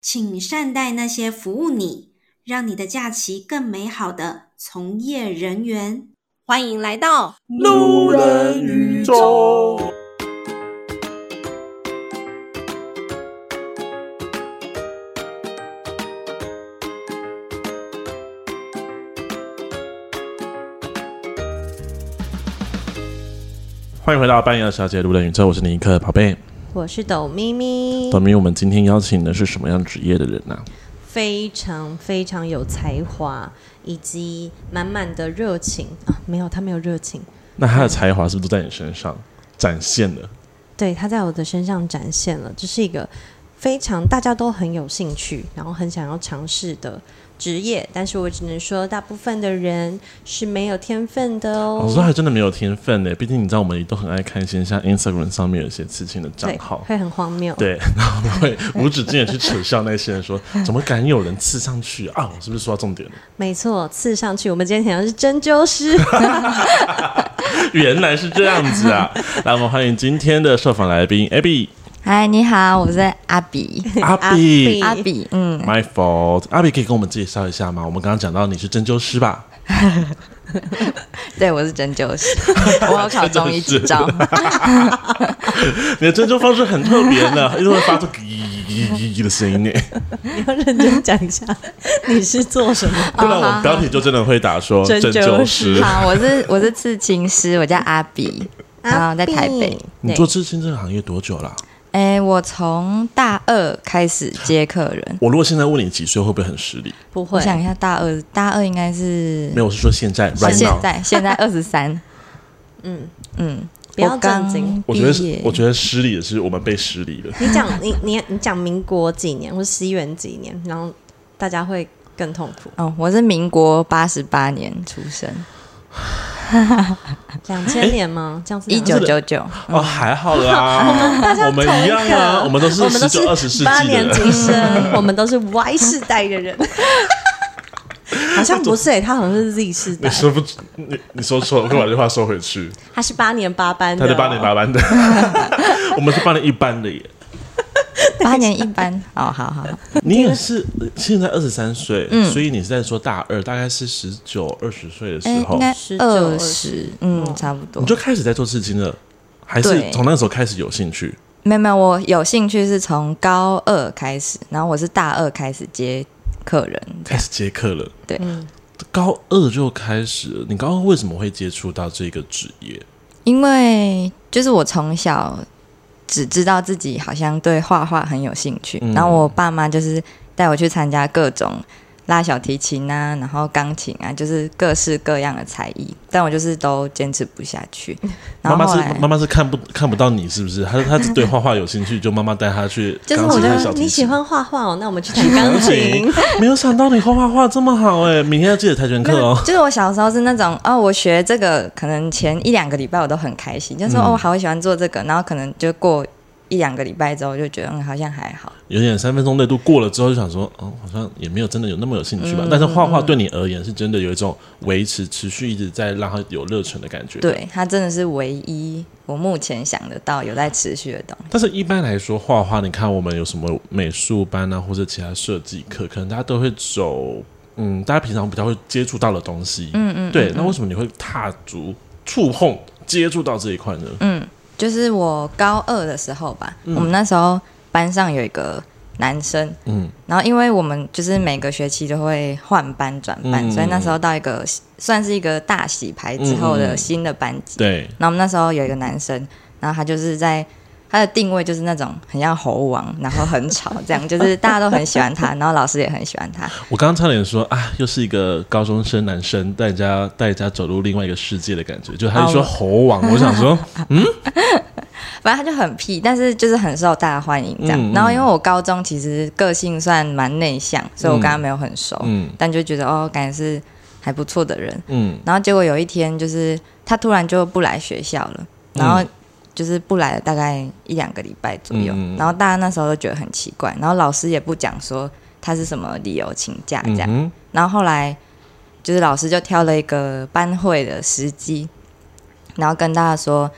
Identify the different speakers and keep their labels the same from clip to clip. Speaker 1: 请善待那些服务你，让你的假期更美好的从业人员。欢迎来到
Speaker 2: 路人宇宙。欢迎回到半夜的小姐路人宇宙，我是尼克宝贝。
Speaker 3: 我是抖咪咪，
Speaker 2: 短明，我们今天邀请的是什么样职业的人呢、啊
Speaker 3: 非常非常有才华，以及满满的热情啊！没有，他没有热情，
Speaker 2: 那他的才华是不是都在你身上展现了？
Speaker 3: 对他在我的身上展现了，这是一个非常大家都很有兴趣，然后很想要尝试的职业。但是我只能说，大部分的人是没有天分的哦。
Speaker 2: 我说还真的没有天分呢、毕竟你知道我们都很爱看一些像 Instagram 上面有一些刺青的账
Speaker 3: 对，
Speaker 2: 号。
Speaker 3: 会很荒谬。
Speaker 2: 对， 然后我们会无止境的去耻笑那些人 说，怎么敢有人刺上去啊？啊我是不是说到重点了？
Speaker 3: 没错，刺上去。我们今天讲的是针灸师，
Speaker 2: 原来是这样子啊！ 来，我们欢迎今天的受访来宾 Abby
Speaker 4: 嗨，你好，我是阿比，
Speaker 2: 阿比
Speaker 3: 比
Speaker 4: 阿比，嗯，
Speaker 2: My fault，阿比可以跟我们介绍一下吗？我们刚刚讲到你是针灸师吧？
Speaker 4: 对，我是针灸 师，我有考中医执照，
Speaker 2: 你的针灸方式很特别呢，一直会发出“咦咦咦”的声音呢。
Speaker 3: 你要认真讲一下你是做什么。
Speaker 2: 不然我们标题就真的会打说
Speaker 3: 针
Speaker 2: 针
Speaker 3: 灸
Speaker 2: 灸师。
Speaker 4: 好，我是我是刺青师，我叫阿比，然后在台北，
Speaker 2: 你做知青这个行业多久了、
Speaker 4: 哎，我从大二开始接客人，
Speaker 2: 我如果现在问你几岁，会不会很失礼？
Speaker 3: 不会
Speaker 4: 我，想一下，大二大二应该是
Speaker 2: 没有，我是说现在
Speaker 4: 是
Speaker 2: right
Speaker 4: 现
Speaker 2: now。
Speaker 4: 在现在二十三，
Speaker 3: 嗯，
Speaker 4: 嗯，
Speaker 3: 不要
Speaker 4: 我刚
Speaker 3: 震惊
Speaker 2: 我
Speaker 4: 毕
Speaker 2: 觉得是
Speaker 4: 业，，
Speaker 2: 我觉得失礼的是我们被失礼了。
Speaker 3: 你讲你你你讲民国几年或是西元几年，然后大家会更痛苦。
Speaker 4: 哦，我是民国八十八年出生，
Speaker 3: 两千年
Speaker 2: 哎
Speaker 3: 吗？这样子啊
Speaker 4: 一九九九，
Speaker 2: 哦，还好啦，我们一样啊，我们都是
Speaker 3: 我
Speaker 2: 十
Speaker 3: 们都
Speaker 2: 九、二十世
Speaker 3: 是
Speaker 2: 纪
Speaker 3: 八
Speaker 2: 的
Speaker 3: 年
Speaker 2: 人。
Speaker 3: 级 生，我们都是 Y 世代的人。好像不是诶、欸他好像是 Z 世
Speaker 2: 你
Speaker 3: 代，
Speaker 2: 说不，你你说错了，我可以把这句话收回去。
Speaker 3: 他是八年八班的、
Speaker 2: 他是八年八，班的，我们是八年一班的耶。
Speaker 4: 八年一班，哦，好好，好
Speaker 2: 你也是呃现在二十三岁，
Speaker 4: 嗯
Speaker 2: 所以你是在说大二，大概是十九、二十岁的时
Speaker 4: 哎，
Speaker 2: 候
Speaker 4: 应，该
Speaker 3: 19
Speaker 4: 二
Speaker 3: 20
Speaker 4: 十，嗯，差不多
Speaker 2: 你。就开始在做刺青了，还是
Speaker 4: 对
Speaker 2: 从那时候开始有兴趣？
Speaker 4: 没有没有，我有兴趣是从高二开始，然后我是大二开始接客人，
Speaker 2: 开始接客了。
Speaker 4: 对
Speaker 3: 嗯
Speaker 2: 高二就开始了。你高二为什么会接触到这个职业？
Speaker 4: 因为就是我从小只知道自己好像对画画很有兴趣，
Speaker 2: 嗯
Speaker 4: 然后我爸妈就是带我去参加各种拉小提琴啊，然后钢琴啊，就是各式各样的才艺，但我就是都坚持不下 去。然后
Speaker 2: 妈妈
Speaker 4: 后
Speaker 2: 是
Speaker 4: 来
Speaker 2: 妈妈是看不看不到你是不是？她她只对画画有兴趣，就妈妈带她去
Speaker 4: 就是
Speaker 2: 钢
Speaker 4: 我
Speaker 2: 琴
Speaker 4: 觉
Speaker 2: 和
Speaker 4: 得
Speaker 2: 小提琴。
Speaker 3: 你喜欢画画哦，那我们去弹 钢琴
Speaker 2: 琴。，没有想到你画画画这么好哎、明天要记得跆拳
Speaker 4: 没
Speaker 2: 课
Speaker 4: 有
Speaker 2: 哦。
Speaker 4: 就是我小时候是那种哦，我学这个，可能前一两个礼拜我都很开心，就说、
Speaker 2: 嗯
Speaker 4: 哦，好喜欢做这个，然后可能就过一两个礼拜之后，就觉得嗯，好像还好。
Speaker 2: 有点三分钟热度过了之后，就想说，哦，好像也没有真的有那么有兴趣吧。但是画画对你而言是真的有一种维持、持续一直在让它有热忱的感觉。。
Speaker 4: 对，它真的是唯一我目前想得到有在持续的东西。
Speaker 2: 但是一般来说，画画你看我们有什么美术班啊，或者其他设计课，可能大家都会走，嗯，大家平常比较会接触到的东西。嗯嗯对，那为什么你会踏足、触碰、接触到这一块呢？
Speaker 4: 就是我高二的时候吧，我们那时候班上有一个男生，
Speaker 2: 嗯
Speaker 4: 然后因为我们就是每个学期都会换班转班，
Speaker 2: 嗯
Speaker 4: 所以那时候到一个算是一个大洗牌之后
Speaker 2: 嗯嗯
Speaker 4: 的
Speaker 2: 嗯
Speaker 4: 新的班级。
Speaker 2: 对，
Speaker 4: 然后我们那时候有一个男生，然后他就是在他的定位就是那种很像猴王，然后很吵，这样就是大家都很喜欢他，然后老师也很喜欢 他。
Speaker 2: 我刚刚差点说啊，又是一个高中生男生带人家带人家走入另外一个世界的感觉，就他一说猴王，我想 说，
Speaker 4: 反正他就很屁，但是就是很受大家欢迎这样。
Speaker 2: 嗯嗯
Speaker 4: 然后因为我高中其实个性算蛮内向，所以我跟他没有很熟，
Speaker 2: 嗯
Speaker 4: 但就觉得哦，感觉是还不错的人。
Speaker 2: 嗯，
Speaker 4: 然后结果有一天，就是他突然就不来学校了，
Speaker 2: 嗯
Speaker 4: 然后就是不来了大概一两个礼拜左右，
Speaker 2: 嗯嗯嗯
Speaker 4: 然后大家那时候都觉得很奇怪，然后老师也不讲说他是什么理由请假这
Speaker 2: 嗯
Speaker 4: 样，
Speaker 2: 哼，
Speaker 4: 然后后来就是老师就挑了一个班会的时机，然后跟大家说。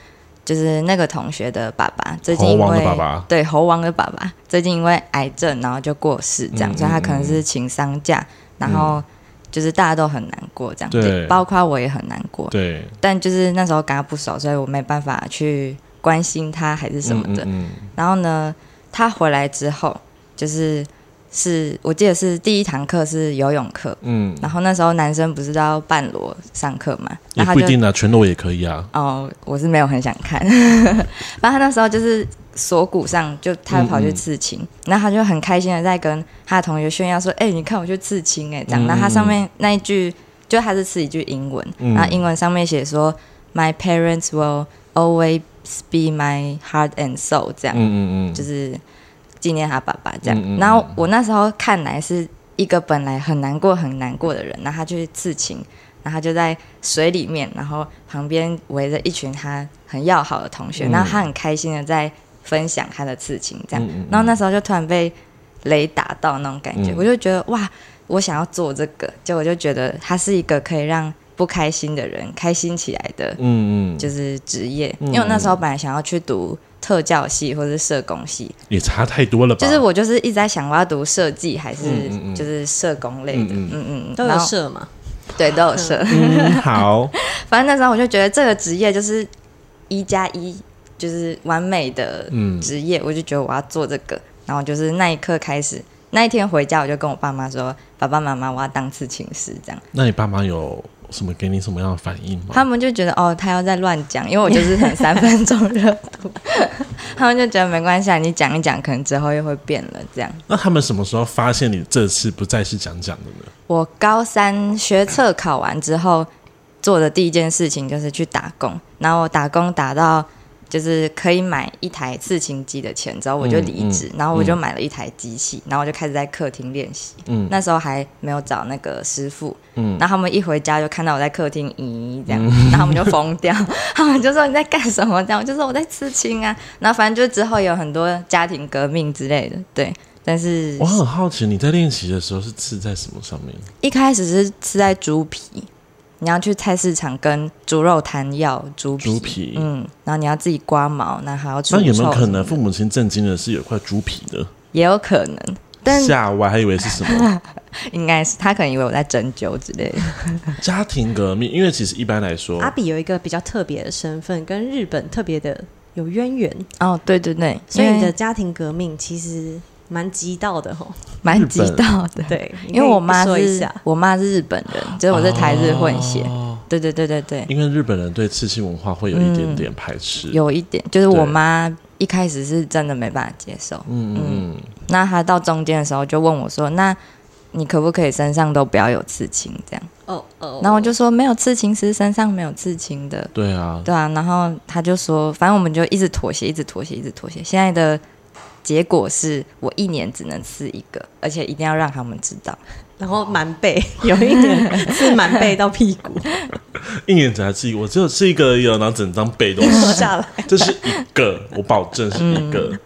Speaker 4: 就是那个同学的爸爸，最近
Speaker 2: 猴
Speaker 4: 因
Speaker 2: 王的
Speaker 4: 为
Speaker 2: 爸爸
Speaker 4: 对猴王的爸爸最近因为癌症，然后就过世，这样，
Speaker 2: 嗯
Speaker 4: 所以他
Speaker 2: 嗯
Speaker 4: 可能是请丧假，然后就是大家都很难过，这样，
Speaker 2: 对
Speaker 4: 包括我也很难过，
Speaker 2: 对，
Speaker 4: 但就是那时候跟他不熟，所以我没办法去关心他还是什么的。
Speaker 2: 嗯
Speaker 4: 然后呢，他回来之后，就是是我记得是第一堂课是游泳课，
Speaker 2: 嗯，嗯
Speaker 4: 然后那时候男生不是都要半裸上课嘛，
Speaker 2: 也
Speaker 4: 然后
Speaker 2: 不
Speaker 4: 他就
Speaker 2: 一定啊，全裸也可以啊。
Speaker 4: 哦，我是没有很想看， 然后他那时候就是锁骨上就他跑去刺
Speaker 2: 嗯
Speaker 4: 青，然后他就很开心的在跟他的同学炫耀说：“哎、你看我去刺青哎、这样。
Speaker 2: 嗯
Speaker 4: 然后他上面那一句就他是刺一句英文，
Speaker 2: 嗯
Speaker 4: 然后英文上面写说：“My parents will always be my heart and soul。”这样，
Speaker 2: 嗯嗯嗯，
Speaker 4: 呃就是纪念他爸爸这样。
Speaker 2: 嗯嗯嗯
Speaker 4: 然后我那时候看来是一个本来很难过很难过的人，然后他去刺青，然后他就在水里面，然后旁边围着一群他很要好的同学，
Speaker 2: 嗯
Speaker 4: 然后他很开心的在分享他的刺青这样。
Speaker 2: 嗯嗯嗯
Speaker 4: 然后那时候就突然被雷打到那种感觉，
Speaker 2: 嗯
Speaker 4: 我就觉得哇，我想要做这个，就我就觉得他是一个可以让不开心的人开心起来的
Speaker 2: 嗯嗯，
Speaker 4: 就是职业，
Speaker 2: 嗯
Speaker 4: 因为我那时候本来想要去读特教系或是社工系，
Speaker 2: 也差太多了吧？
Speaker 4: 就是我就是一直在想我要读设计还是
Speaker 2: 嗯嗯嗯
Speaker 4: 就是社工类的，
Speaker 2: 嗯
Speaker 4: 嗯嗯，嗯
Speaker 3: 都
Speaker 4: 然
Speaker 3: 有
Speaker 4: 后
Speaker 3: 社嘛，
Speaker 4: 对都有社，
Speaker 2: 嗯 好，
Speaker 4: 反正那时候我就觉得这个职业就是一加一，就是完美的
Speaker 2: 嗯
Speaker 4: 职业，我就觉得我要做这个，然后就是那一刻开始，那一天回家我就跟我爸妈说，爸爸妈妈我要当刺青师这样，
Speaker 2: 那你爸妈有什么给你什么样的反应吗？
Speaker 4: 他们就觉得哦，他要在乱讲，因为我就是很三分钟热度， 他们就觉得没关系，啊，你讲一讲，可能之后又会变了这样。
Speaker 2: 那他们什么时候发现你这次不再是讲讲的呢？
Speaker 4: 我高三学测考完之后做的第一件事情就是去打工，然后我打工打到就是可以买一台刺青机的钱之后，我就离职，
Speaker 2: 嗯
Speaker 4: 然后我就买了一台机器，然后我就开始在客厅练习。
Speaker 2: 嗯
Speaker 4: 那时候还没有找那个师傅，
Speaker 2: 嗯
Speaker 4: 然后他们一回家就看到我在客厅咦这样，然后他们就疯 掉，他们就说你在干什么？这样我就说我在刺青啊，然后反正就之后有很多家庭革命之类的，对。但是
Speaker 2: 我很好奇，你在练习的时候是刺在什么上面？
Speaker 4: 一开始是吃在猪皮，你要去菜市场跟猪肉摊要猪皮，
Speaker 2: 猪皮
Speaker 4: 嗯，然后你要自己刮毛，那还要除
Speaker 2: 那有没有
Speaker 4: 臭
Speaker 2: 可
Speaker 4: 什么的
Speaker 2: 能父母亲震惊的是有块猪皮的？
Speaker 4: 也有可能，但
Speaker 2: 吓歪，还以为是什 么
Speaker 4: 应该是他可能以为我在针灸之类的，
Speaker 2: 家庭革命？因为其实一般来说，
Speaker 3: 阿比有一个比较特别的身份，跟日本特别的有渊源，
Speaker 4: 哦，对对对，
Speaker 3: 所以
Speaker 4: 因为
Speaker 3: 你
Speaker 2: 哎
Speaker 3: 的家庭革命其实蛮极道的吼。
Speaker 4: 蛮极道 的，
Speaker 3: 对，
Speaker 4: 因为我妈
Speaker 3: 说一
Speaker 4: 是
Speaker 3: 下，
Speaker 4: 我妈是日本人，就是我是台日混血，
Speaker 2: 哦
Speaker 4: 对对对对对，
Speaker 2: 因为日本人对刺青文化会有一点点排斥。
Speaker 4: 有一点就是我
Speaker 2: 对
Speaker 4: 妈一开始是真的没办法接受，
Speaker 2: 嗯嗯嗯，
Speaker 4: 那他到中间的时候就问我说：“那你可不可以身上都不要有刺青？”这样，
Speaker 3: 哦哦，
Speaker 4: 然后我就说：“没有刺青师身上没有刺青的。
Speaker 2: 对啊”，
Speaker 4: 对啊，然后他就说：“反正我们就一直妥协，一直妥协，一直妥协。现在的结果是我一年只能刺一个，而且一定要让他们知道。
Speaker 3: 然后满 背有一点 是满背到屁股
Speaker 2: 一年只来刺一个，我只有刺一个而已哦，然后整张背都是，
Speaker 3: 下来，
Speaker 2: 这是一个，我保证是一个。嗯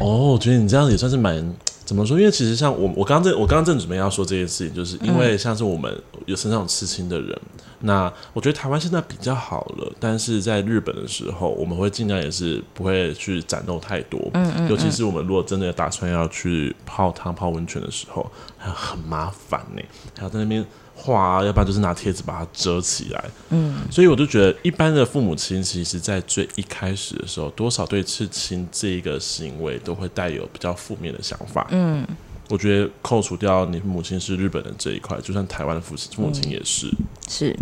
Speaker 2: 哦，我觉得你这样也算是蛮。怎么说？因为其实像我，我刚刚正我刚刚正准备要说这件事情，就是因为像是我们有身上有刺青的人，那我觉得台湾现在比较好了，但是在日本的时候，我们会尽量也是不会去展露太多。嗯嗯尤其是我们如果真的打算要去泡汤、泡温泉的时候，还很麻烦呢、还要在那边画啊，要不然就是拿贴纸把它遮起来。嗯，所以我就觉得一般的父母亲，其实在最一开始的时候，多少对刺青这一个行为都会带有比较负面的想法。嗯。我觉得扣除掉你母亲是日本人这一块，就算台湾的父父母亲也是，
Speaker 4: 是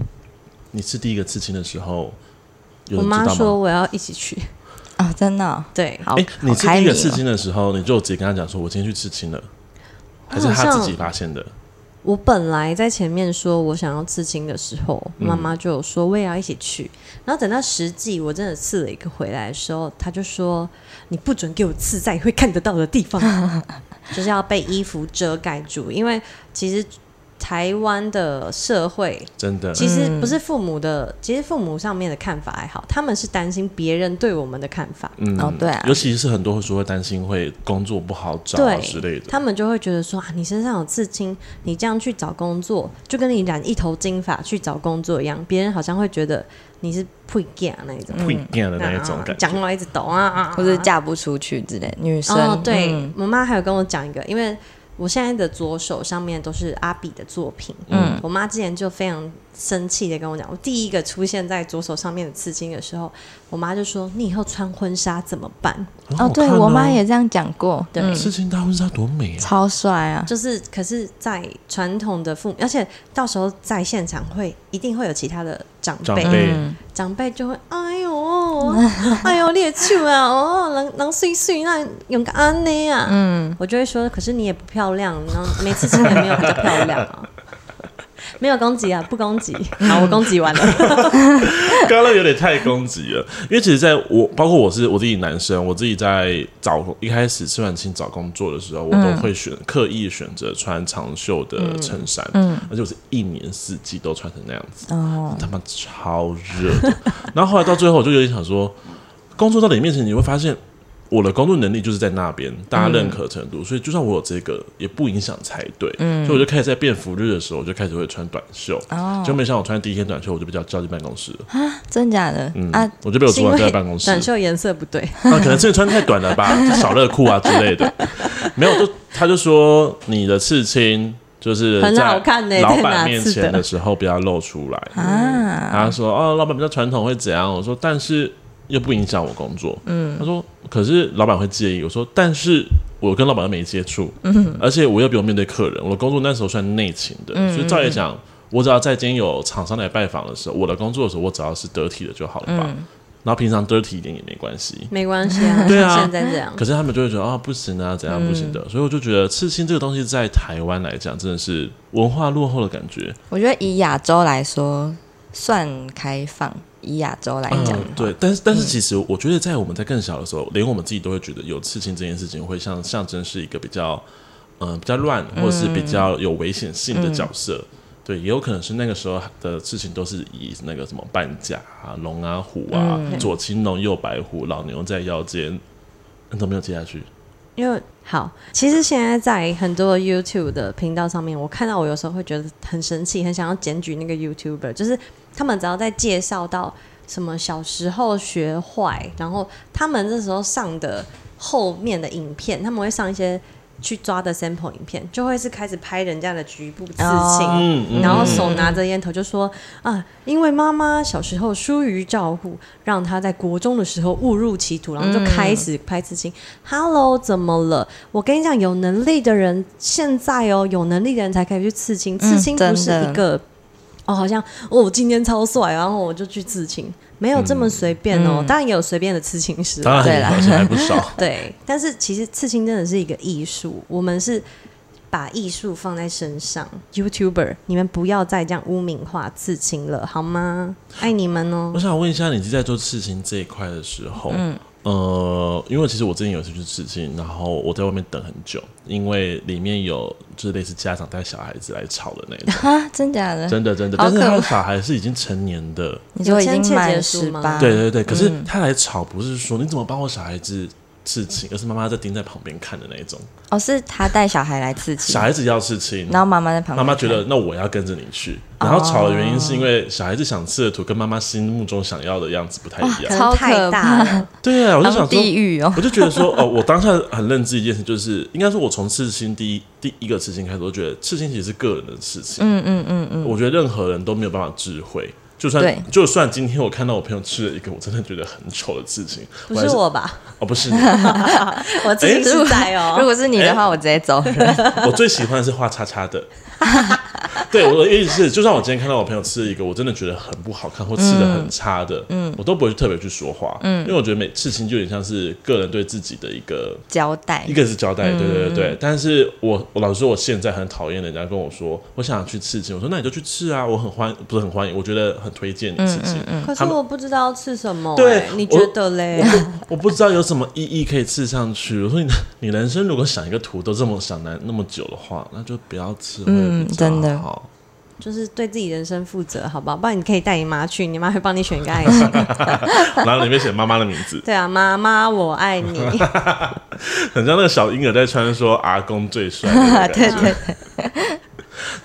Speaker 2: 你是第一个刺青的时候，有人
Speaker 3: 我
Speaker 2: 知道
Speaker 3: 妈
Speaker 2: 吗？
Speaker 3: 说我要一起去，
Speaker 4: 哦，真的哦、
Speaker 3: 对，
Speaker 4: 好，
Speaker 2: 哎、你
Speaker 4: 好
Speaker 2: 是
Speaker 4: 开
Speaker 2: 第一个
Speaker 4: 明哦
Speaker 2: 刺青的时候，你就直接跟他讲说，我今天去刺青了，还是
Speaker 3: 好
Speaker 2: 他
Speaker 3: 像
Speaker 2: 自己发现的？
Speaker 3: 我本来在前面说我想要刺青的时候，妈妈就有说我也要一起去。然后等到实际我真的刺了一个回来的时候，她就说你不准给我刺在会看得到的地方，就是要被衣服遮盖住，因为其实台湾的社会
Speaker 2: 真的，
Speaker 3: 其实
Speaker 2: 嗯
Speaker 3: 不是父母的，其实父母上面的看法还好，他们是担心别人对我们的看法，
Speaker 2: 嗯
Speaker 4: 哦对啊
Speaker 2: 尤其是很多会说会担心会工作不好找啊
Speaker 3: 对
Speaker 2: 之类的，
Speaker 3: 他们就会觉得说啊，你身上有刺青，你这样去找工作，就跟你染一头金发去找工作一样，别人好像会觉得你是不一样那一种，
Speaker 2: 不一样的那一种感觉。
Speaker 3: 嗯讲话一直抖啊啊，啊
Speaker 4: 或者嫁不出去之类，女生、
Speaker 3: 哦，对，
Speaker 4: 嗯
Speaker 3: 我妈还有跟我讲一个，因为我现在的左手上面都是阿比的作品，
Speaker 4: 嗯
Speaker 3: 嗯，我妈之前就非常生气的跟我讲，我第一个出现在左手上面的刺青的时候，我妈就说你以后穿婚纱怎么办？
Speaker 2: 很
Speaker 4: 哦
Speaker 2: 好，
Speaker 4: 对
Speaker 2: 看
Speaker 4: 我
Speaker 2: 啊
Speaker 4: 妈也这样讲过，对，
Speaker 2: 事情大婚纱多美啊！
Speaker 4: 超帅啊，
Speaker 3: 就是可是，在传统的父母，而且到时候在现场会一定会有其他的长
Speaker 2: 长
Speaker 3: 辈，
Speaker 2: 辈
Speaker 4: 嗯
Speaker 3: 长辈就会哎呦， 哎呦，你也去啊，哦，人人碎碎那勇敢安呢啊，
Speaker 4: 嗯，
Speaker 3: 我就会说，可是你也不漂亮，然后每次亲也没有比较漂亮啊， 没有攻击啊，不攻击。好，我攻击 完了。
Speaker 2: 刚刚有点太攻击了，因为其实在我包括我是我自己男生，我自己在找一开始吃完青找工作的时候，我都会选、刻意选择穿长袖的衬衫，而且我是一年四季都穿成那样子，
Speaker 4: 哦，
Speaker 2: 他妈超热的。然后后来到最后，我就有点想说，工作到你面前，你会发现我的工作能力就是在那边，大家认可程度，所以就算我有这个，也不影响才对。所以我就开始在便服日的时候，我就开始会穿短袖，就没想到我穿第一天短袖，我就被叫叫进办公室了。
Speaker 4: 真假的、啊，
Speaker 2: 嗯我就被我
Speaker 3: 是
Speaker 2: 主
Speaker 3: 因
Speaker 2: 管叫
Speaker 3: 为
Speaker 2: 到办 公室，
Speaker 3: 短袖颜色不对，
Speaker 2: 啊，可能是穿太短了 吧，就小热裤啊之类的。没有，就他就说你的刺青就是
Speaker 3: 很
Speaker 2: 在
Speaker 3: 好看呢
Speaker 2: 老
Speaker 3: 在哪
Speaker 2: 板面
Speaker 3: 刺的
Speaker 2: 前的时候不要露出来。
Speaker 4: 啊，
Speaker 2: 然后他说哦，老板比较传统会怎样？我说但是又不影响我工作。嗯，他说可是老板会介意。我说但是。我跟老板又没接触，嗯，而且我又不用面对客人，我的工作那时候算内勤的，所以照理讲，我只要在今天有厂商来拜访的时候，我的工作的时候，我只要是得体的就好了吧，然后平常 dirty 一点也没关系，
Speaker 3: 没关系啊。
Speaker 2: 对啊
Speaker 3: 现在这样，
Speaker 2: 可是他们就会觉得啊，不行啊，怎样不行的，所以我就觉得刺青这个东西在台湾来讲，真的是文化落后的感觉。
Speaker 4: 我觉得以亚洲来说算开放，以亚洲来讲、
Speaker 2: 嗯，对，但是但是其实我觉得在我们在更小的时候，连我们自己都会觉得有刺青这件事情会像象征是一个比较嗯、呃比较乱或者是比较有危险性的角色。对，也有可能是那个时候的事情都是以那个什么半甲啊、龙啊、虎啊、左青龙右白虎、老牛在腰间，你怎么没有接下去？
Speaker 3: 因为好，其实现在在很多 YouTube 的频道上面，我看到我有时候会觉得很生气，很想要检举那个 YouTuber，就是他们只要在介绍到什么小时候学坏，然后他们这时候上的后面的影片，他们会上一些去抓的 sample 影片，就会是开始拍人家的局部刺青。
Speaker 4: 哦
Speaker 2: 嗯，嗯
Speaker 3: 然后手拿着烟头就说啊，因为妈妈小时候疏于照顾，让她在国中的时候误入歧途，然后就开
Speaker 2: 嗯
Speaker 3: 始拍刺青。Hello，怎么了？我跟你讲，有能力的人现在哦，有能力的人才可以去刺
Speaker 2: 嗯
Speaker 3: 青，刺青不是一
Speaker 4: 真
Speaker 3: 个、哦，好像哦，我今天超帅，然后我就去刺青，没有这
Speaker 2: 嗯
Speaker 3: 么随便哦。当然也有随便的刺青师啦，
Speaker 2: 当
Speaker 4: 对
Speaker 2: 然
Speaker 4: 啦
Speaker 2: 好像还不少。
Speaker 3: 对，但是其实刺青真的是一个艺术，我们是把艺术放在身上。YouTuber，你们不要再这样污名化刺青了，好吗？爱你们哦
Speaker 2: 我。想问一下，你在做刺青这一块的时候，
Speaker 4: 嗯
Speaker 2: 呃，因为其实我之前有一次去刺青，然后我在外面等很久，因为里面有就是类似家长带小孩子来吵的那 种，
Speaker 4: 啊，真假的？
Speaker 2: 真的真的，
Speaker 4: 好
Speaker 2: 但是他
Speaker 4: 可
Speaker 2: 的
Speaker 4: 怕
Speaker 2: 小孩是已经成年的，
Speaker 4: 你说已
Speaker 3: 有
Speaker 4: 经
Speaker 3: 签切
Speaker 4: 满
Speaker 3: 结
Speaker 4: 十
Speaker 3: 书
Speaker 4: 八，
Speaker 3: 吗
Speaker 2: 对对对，可
Speaker 4: 嗯
Speaker 2: 是他来吵不是说你怎么帮我小孩子。刺青，而是妈妈在盯在旁边看的那一种。
Speaker 4: 哦，是他带小孩来刺激
Speaker 2: 小，孩子要刺青，
Speaker 4: 然后妈妈在旁边看，
Speaker 2: 妈妈觉得那我要跟着你去。然后吵的原因是
Speaker 4: 哦
Speaker 2: 因为小孩子想刺的图跟妈妈心目中想要的样子不太一样。
Speaker 3: 可能
Speaker 4: 超可
Speaker 3: 太大了，
Speaker 2: 对啊，我就想
Speaker 4: 当
Speaker 2: 说
Speaker 4: 地狱哦，
Speaker 2: 我就觉得说，哦，我当下很认知一件事，就是应该说，我从刺青第一第一个刺青开始，我觉得刺青其实是个人的事情。嗯嗯嗯嗯，我觉得任何人都没有办法智慧。就
Speaker 4: 对
Speaker 2: 算就算今天我看到我朋友吃了一个我真的觉得很丑的刺青，
Speaker 3: 不
Speaker 2: 还
Speaker 3: 是我吧？
Speaker 2: 哦，不是你，
Speaker 3: 我刺
Speaker 2: 哎
Speaker 3: 青
Speaker 4: 如
Speaker 3: 是
Speaker 4: 果
Speaker 3: 在
Speaker 4: 如
Speaker 3: 哦。
Speaker 4: 果是你的话，我直接 走人。
Speaker 2: 我最喜欢的是画叉叉的。 对，我的意思是，就算我今天看到我朋友吃了一个我真的觉得很不好看或吃的很差的，嗯，我都不会特别去说话，嗯，因为我觉得每刺青就有点像是个人对自己的一个
Speaker 4: 交代
Speaker 2: 一，个是交代，对对对对。
Speaker 4: 嗯
Speaker 2: 但是我我老实说，我现在很讨厌人家跟我说我想去刺青，我说那你就去刺啊，我很欢不是很欢迎，我觉得很推荐你刺青。
Speaker 4: 嗯
Speaker 3: 可是
Speaker 2: 他们
Speaker 3: 我不知道刺什么、
Speaker 2: 对
Speaker 3: 哎你
Speaker 2: 我
Speaker 3: 觉得嘞？
Speaker 2: 我不知道有什么意义可以刺上去。我说你你人生如果想一个图都这么想难那么久的话，那就不要刺会比较好。
Speaker 4: 嗯真的
Speaker 2: 好，
Speaker 3: 就是对自己人生负责，好不好？不然你可以带你妈去，你妈会帮你选一个爱 心。
Speaker 2: 然后里面写妈妈的名字，
Speaker 3: 对啊，妈妈，我爱你。
Speaker 2: 很像那个小婴儿在穿说阿公最帅的那 个
Speaker 4: 对对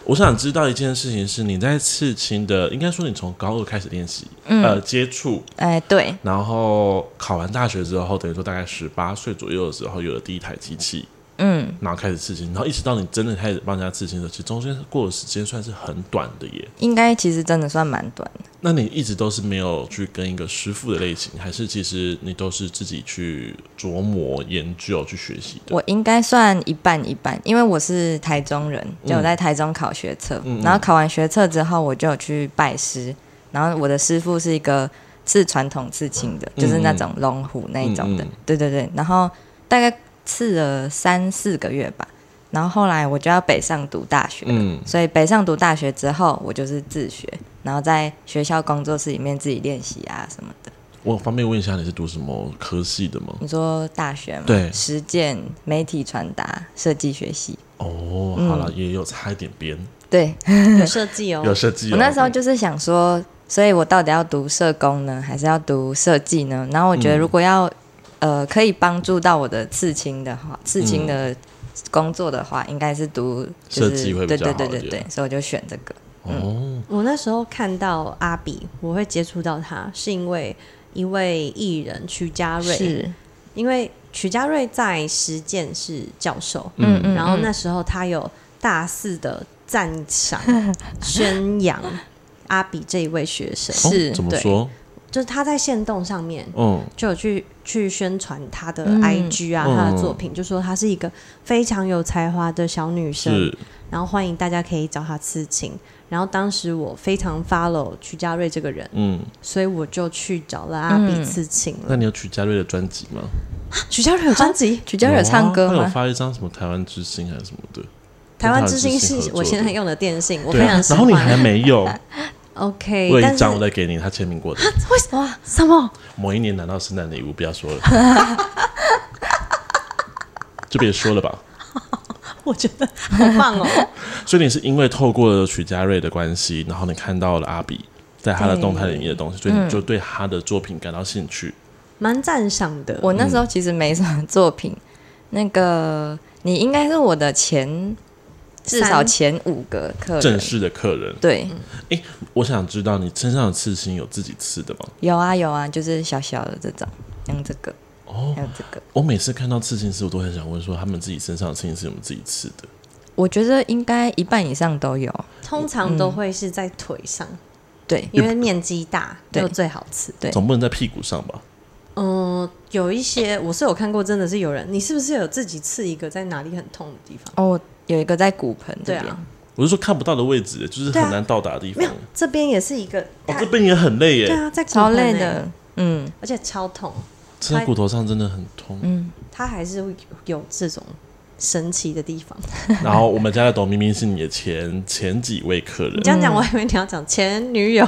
Speaker 2: 我想知道一件事情是，你在刺青的，应该说你从高二开始练习，
Speaker 4: 嗯
Speaker 2: 呃，接触，
Speaker 4: 哎对，
Speaker 2: 然后考完大学之后，等于说大概十八岁左右的时候有了第一台机器，
Speaker 4: 嗯，
Speaker 2: 然后开始刺青，然后一直到你真的开始帮人家刺青的时候，其实中间过的时间算是很短的耶。
Speaker 4: 应该其实真的算蛮短的。
Speaker 2: 那你一直都是没有去跟一个师傅的类型，还是其实你都是自己去琢磨、研究、去学习的？
Speaker 4: 我应该算一半一半，因为我是台中人，就我在台中考学测，
Speaker 2: 嗯
Speaker 4: 然后考完学测之后，我就有去拜师，然后我的师傅是一个刺传统刺青的，就是那种龙虎那一种的，
Speaker 2: 嗯嗯
Speaker 4: 对对对，然后大概刺了三四个月吧，然后后来我就要北上读大学，
Speaker 2: 嗯，
Speaker 4: 所以北上读大学之后，我就是自学，然后在学校工作室里面自己练习啊什么的。
Speaker 2: 我方便问一下，你是读什么科系的吗？
Speaker 4: 你说大学嘛，
Speaker 2: 对
Speaker 4: 实践、媒体传达、设计学系，
Speaker 2: 哦，
Speaker 4: 嗯
Speaker 2: 好了，也有差一点边，
Speaker 4: 对
Speaker 3: 有 设计哦
Speaker 2: 有，设计、哦。
Speaker 4: 我那时候就是想说，所以我到底要读社工呢，还是要读设计呢？然后我觉
Speaker 2: 嗯
Speaker 4: 得如果要、呃可以帮助到我的刺青的话，刺青的工作的话，应该是读就
Speaker 2: 嗯设
Speaker 4: 是
Speaker 2: 计会比
Speaker 4: 对对
Speaker 2: 较好
Speaker 4: 对
Speaker 2: 一
Speaker 4: 对
Speaker 2: 点
Speaker 4: 对，所以我就选这个。
Speaker 2: 哦，
Speaker 3: 我那时候看到阿比，我会接触到他，是因为一位艺人曲家瑞，
Speaker 4: 是，
Speaker 3: 因为曲家瑞在实践是教授，
Speaker 4: 嗯嗯，
Speaker 3: 然后那
Speaker 4: 嗯
Speaker 3: 时候他有大肆的赞赏、
Speaker 4: 嗯
Speaker 3: 宣扬阿比这一位学生，
Speaker 2: 哦
Speaker 4: 是
Speaker 2: 怎么
Speaker 3: 对
Speaker 2: 说？
Speaker 3: 就是他在线动上面
Speaker 2: 嗯，
Speaker 3: 就有去去宣传他的
Speaker 4: 嗯
Speaker 3: IG 啊，
Speaker 2: 嗯
Speaker 3: 他的作品，就说她是一个非常有才华的小女生，
Speaker 2: 是，
Speaker 3: 然后欢迎大家可以找她刺青。然后当时我非常 follow 曲家瑞这个人，
Speaker 2: 嗯，
Speaker 3: 所以我就去找了阿比
Speaker 4: 嗯
Speaker 3: 刺青了。
Speaker 2: 那你有曲家瑞的专辑吗？
Speaker 3: 曲家瑞有专辑，
Speaker 4: 曲家有唱歌
Speaker 2: 有啊他有
Speaker 4: 吗？
Speaker 2: 发一张什么台湾之星还是什么的？
Speaker 3: 台湾之
Speaker 2: 跟
Speaker 3: 星
Speaker 2: 台合
Speaker 3: 是
Speaker 2: 作
Speaker 3: 我现在
Speaker 2: 的
Speaker 3: 用的电信，我非
Speaker 2: 对啊
Speaker 3: 常喜
Speaker 2: 然后
Speaker 3: 欢。
Speaker 2: 你还没 有，
Speaker 3: OK，
Speaker 2: 我有
Speaker 3: 但
Speaker 2: 一
Speaker 3: 是
Speaker 2: 张我再给你，他签名过的。
Speaker 3: 为什么？什么？
Speaker 2: 某一年拿到圣诞礼物，不要说了， 就别说了吧。
Speaker 3: 我觉得好棒哦！
Speaker 2: 所以你是因为透过了曲家瑞的关系，然后你看到了阿比在他的动态里面的东西，
Speaker 3: 嗯
Speaker 2: 所以你就对他的作品感到兴趣。
Speaker 3: 蛮赞赏的。
Speaker 4: 我那
Speaker 2: 嗯
Speaker 4: 时候其实没什么作品，那个你应该是我的前至少
Speaker 3: 三
Speaker 4: 前五个客
Speaker 2: 正
Speaker 4: 人，
Speaker 2: 式的客人，
Speaker 4: 对，
Speaker 2: 我想知道你身上的刺青有自己刺的吗？
Speaker 4: 有啊有啊，就是小小的这种，像这个，
Speaker 2: 哦
Speaker 4: 还有这个，
Speaker 2: 我每次看到刺青师，我都很想问说，他们自己身上的刺青是我们自己刺的。
Speaker 4: 我觉得应该一半以上都有，
Speaker 3: 通常都会是在腿上，
Speaker 4: 对，
Speaker 3: 因为面积大
Speaker 4: 对
Speaker 3: 就最好吃。
Speaker 4: 对
Speaker 2: 总不能在屁股上吧？
Speaker 3: 嗯，有一些我是有看过，真的是有人，你是不是有自己刺一个在哪里很痛的地方？
Speaker 4: 哦，有一个在骨盆这
Speaker 3: 对
Speaker 4: 边，
Speaker 3: 啊，
Speaker 2: 我是说看不到的位置，就是
Speaker 3: 对啊
Speaker 2: 很难到达的地方。
Speaker 3: 没有，这边也是一个
Speaker 2: 我、
Speaker 3: 大，
Speaker 2: 这边也很累
Speaker 3: 对
Speaker 2: 耶，
Speaker 3: 啊，在骨
Speaker 4: 超
Speaker 3: 盆
Speaker 4: 累
Speaker 3: 欸，
Speaker 4: 的，嗯
Speaker 3: 而且超痛，
Speaker 2: 刺在骨头上真的很痛。
Speaker 4: 嗯，
Speaker 3: 它还是会有这种神奇的地方。
Speaker 2: 然后我们家的董明明是你的前前几位客人
Speaker 3: 你，这样讲，我以为你要讲前女友，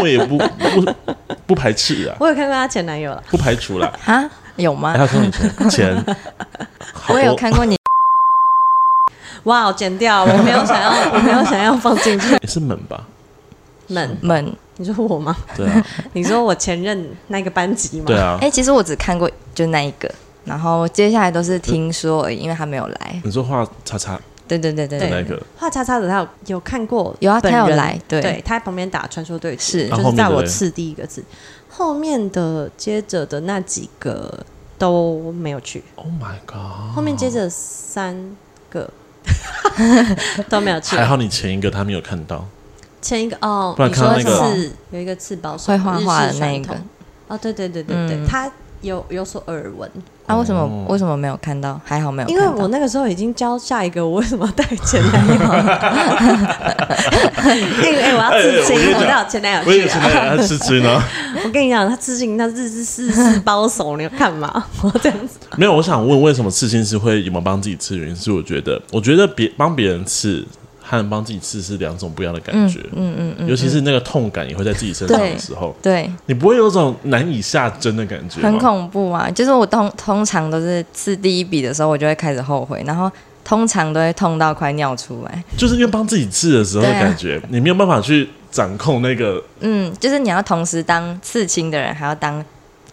Speaker 2: 我也不不不排斥啊，
Speaker 3: 我有看过她前男友了。
Speaker 2: 不排除 啦。
Speaker 4: 啊，有吗
Speaker 2: 还？要说你前前，好
Speaker 4: 我有
Speaker 2: 多
Speaker 4: 看过你，
Speaker 3: 哇，剪掉，我没有 想要，我没有想要放进去
Speaker 2: 也是门吧？
Speaker 3: 门。
Speaker 4: 们，
Speaker 3: 你说我吗？
Speaker 2: 对 啊，
Speaker 3: 你说我前任那个班级吗？
Speaker 2: 对啊
Speaker 4: 哎、。其实我只看过就那一个，然后接下来都是听说而已，因为他没有来，
Speaker 2: 你说画叉叉
Speaker 4: 对对对对
Speaker 2: 的
Speaker 4: 对，
Speaker 2: 那个，
Speaker 3: 画叉叉的他有有看过，
Speaker 4: 有啊，他
Speaker 3: 本人
Speaker 4: 有来，对，
Speaker 3: 他在旁边打传说对决，
Speaker 4: 是
Speaker 2: 然
Speaker 3: 就
Speaker 2: 后后面
Speaker 3: 是在
Speaker 2: 的
Speaker 3: 我
Speaker 2: 嘞
Speaker 3: 刺第一个字，后面的接着的那几个都没有去，
Speaker 2: ，Oh my god！
Speaker 3: 后面接着三 个都没有去
Speaker 2: 还，好你前一个他没有看到，
Speaker 3: 前一个哦，
Speaker 2: 不然
Speaker 3: 你
Speaker 2: 看
Speaker 3: 说
Speaker 2: 到那个
Speaker 3: 刺有一个刺包手
Speaker 4: 会画画的
Speaker 3: 日式
Speaker 4: 那一
Speaker 3: 传
Speaker 4: 个
Speaker 3: 统，哦，对对对对对，
Speaker 4: 嗯
Speaker 3: 他有有所耳闻，
Speaker 4: 啊，为什么、
Speaker 2: 哦
Speaker 4: 为什么没有看到？还好没有看
Speaker 3: 因
Speaker 4: 到，嗯
Speaker 3: 为我那个时候已经教下一个，我为什么要带前男友？ 哎哎、我要刺
Speaker 2: 哎哎我跟
Speaker 3: 青，
Speaker 2: 你
Speaker 3: 我
Speaker 2: 讲
Speaker 3: 带我前男友
Speaker 2: 我以
Speaker 3: 去
Speaker 2: 为
Speaker 3: 啊
Speaker 2: 前！男友他吃吃呢。
Speaker 3: 我跟你讲，他刺青，他日日四四包手，你要干嘛？我这样子，
Speaker 2: 没有，我想问为什么刺青师会有没有帮自己刺？原因是我觉得，我觉得别帮别人刺和帮自己刺是两种不一样的感觉，
Speaker 4: 嗯嗯嗯，
Speaker 2: 尤其是那个痛感也会在自己身上的
Speaker 4: 对
Speaker 2: 时候，
Speaker 4: 对，
Speaker 2: 你不会有种难以下针的感觉吗，
Speaker 4: 很恐怖啊！就是我通通常都是刺第一笔的时候，我就会开始后悔，然后通常都会痛到快尿出来。
Speaker 2: 就是因为帮自己刺的时候，
Speaker 4: 对啊
Speaker 2: 感觉你没有办法去掌控那个，
Speaker 4: 嗯，就是你要同时当刺青的人，还要当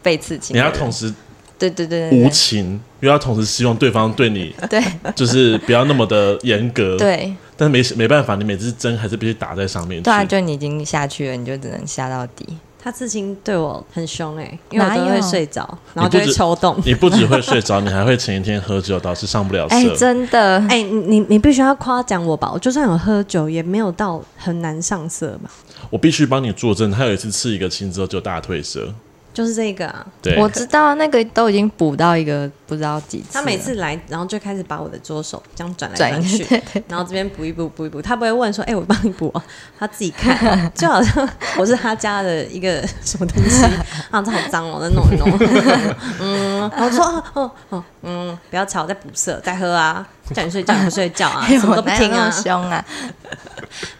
Speaker 4: 被刺青
Speaker 2: 你
Speaker 4: 的人，
Speaker 2: 要同时
Speaker 4: 对对对
Speaker 2: 无
Speaker 4: 对
Speaker 2: 情，又要同时希望对方对你
Speaker 4: 对
Speaker 2: 就是不要那么的严格。
Speaker 4: 对，对
Speaker 2: 但是没没办法，你每次针还是必须打在上面去。
Speaker 4: 对啊，就你已经下去了，你就只能下到底。
Speaker 3: 他刺青对我很凶哎、因为我
Speaker 4: 哪
Speaker 3: 都会
Speaker 4: 有
Speaker 3: 睡着，然后
Speaker 2: 你
Speaker 3: 就
Speaker 2: 不
Speaker 3: 会
Speaker 2: 止
Speaker 3: 抽动。
Speaker 2: 你不只会睡着，你还会前一天喝酒，导致上不了
Speaker 4: 哎、
Speaker 2: 色。
Speaker 4: 真的，
Speaker 3: 哎、你你你必须要夸奖我吧！我就算有喝酒，也没有到很难上色吧？
Speaker 2: 我必须帮你作证，他有一次刺一个青之后就大退色。
Speaker 3: 就是这个啊，
Speaker 2: 对，
Speaker 4: 我知道那个都已经补到一个不知道几次了，
Speaker 3: 他每次来，然后就开始把我的左手这样转来
Speaker 4: 转
Speaker 3: 转去，然后这边补一补补一补，他不会问说：“哎、我帮你补、哦。” 他自己 看，哦就好像我是他家的一个什么东 西啊，这好脏哦，再弄一弄。 嗯，我说哦哦哦，嗯，不要吵，再补色，再喝啊，叫你睡觉你不睡觉 啊，
Speaker 4: 哎
Speaker 3: 什么
Speaker 4: 我
Speaker 3: 都不
Speaker 4: 哪有
Speaker 3: 听
Speaker 4: 那么
Speaker 3: 啊，
Speaker 4: 凶啊！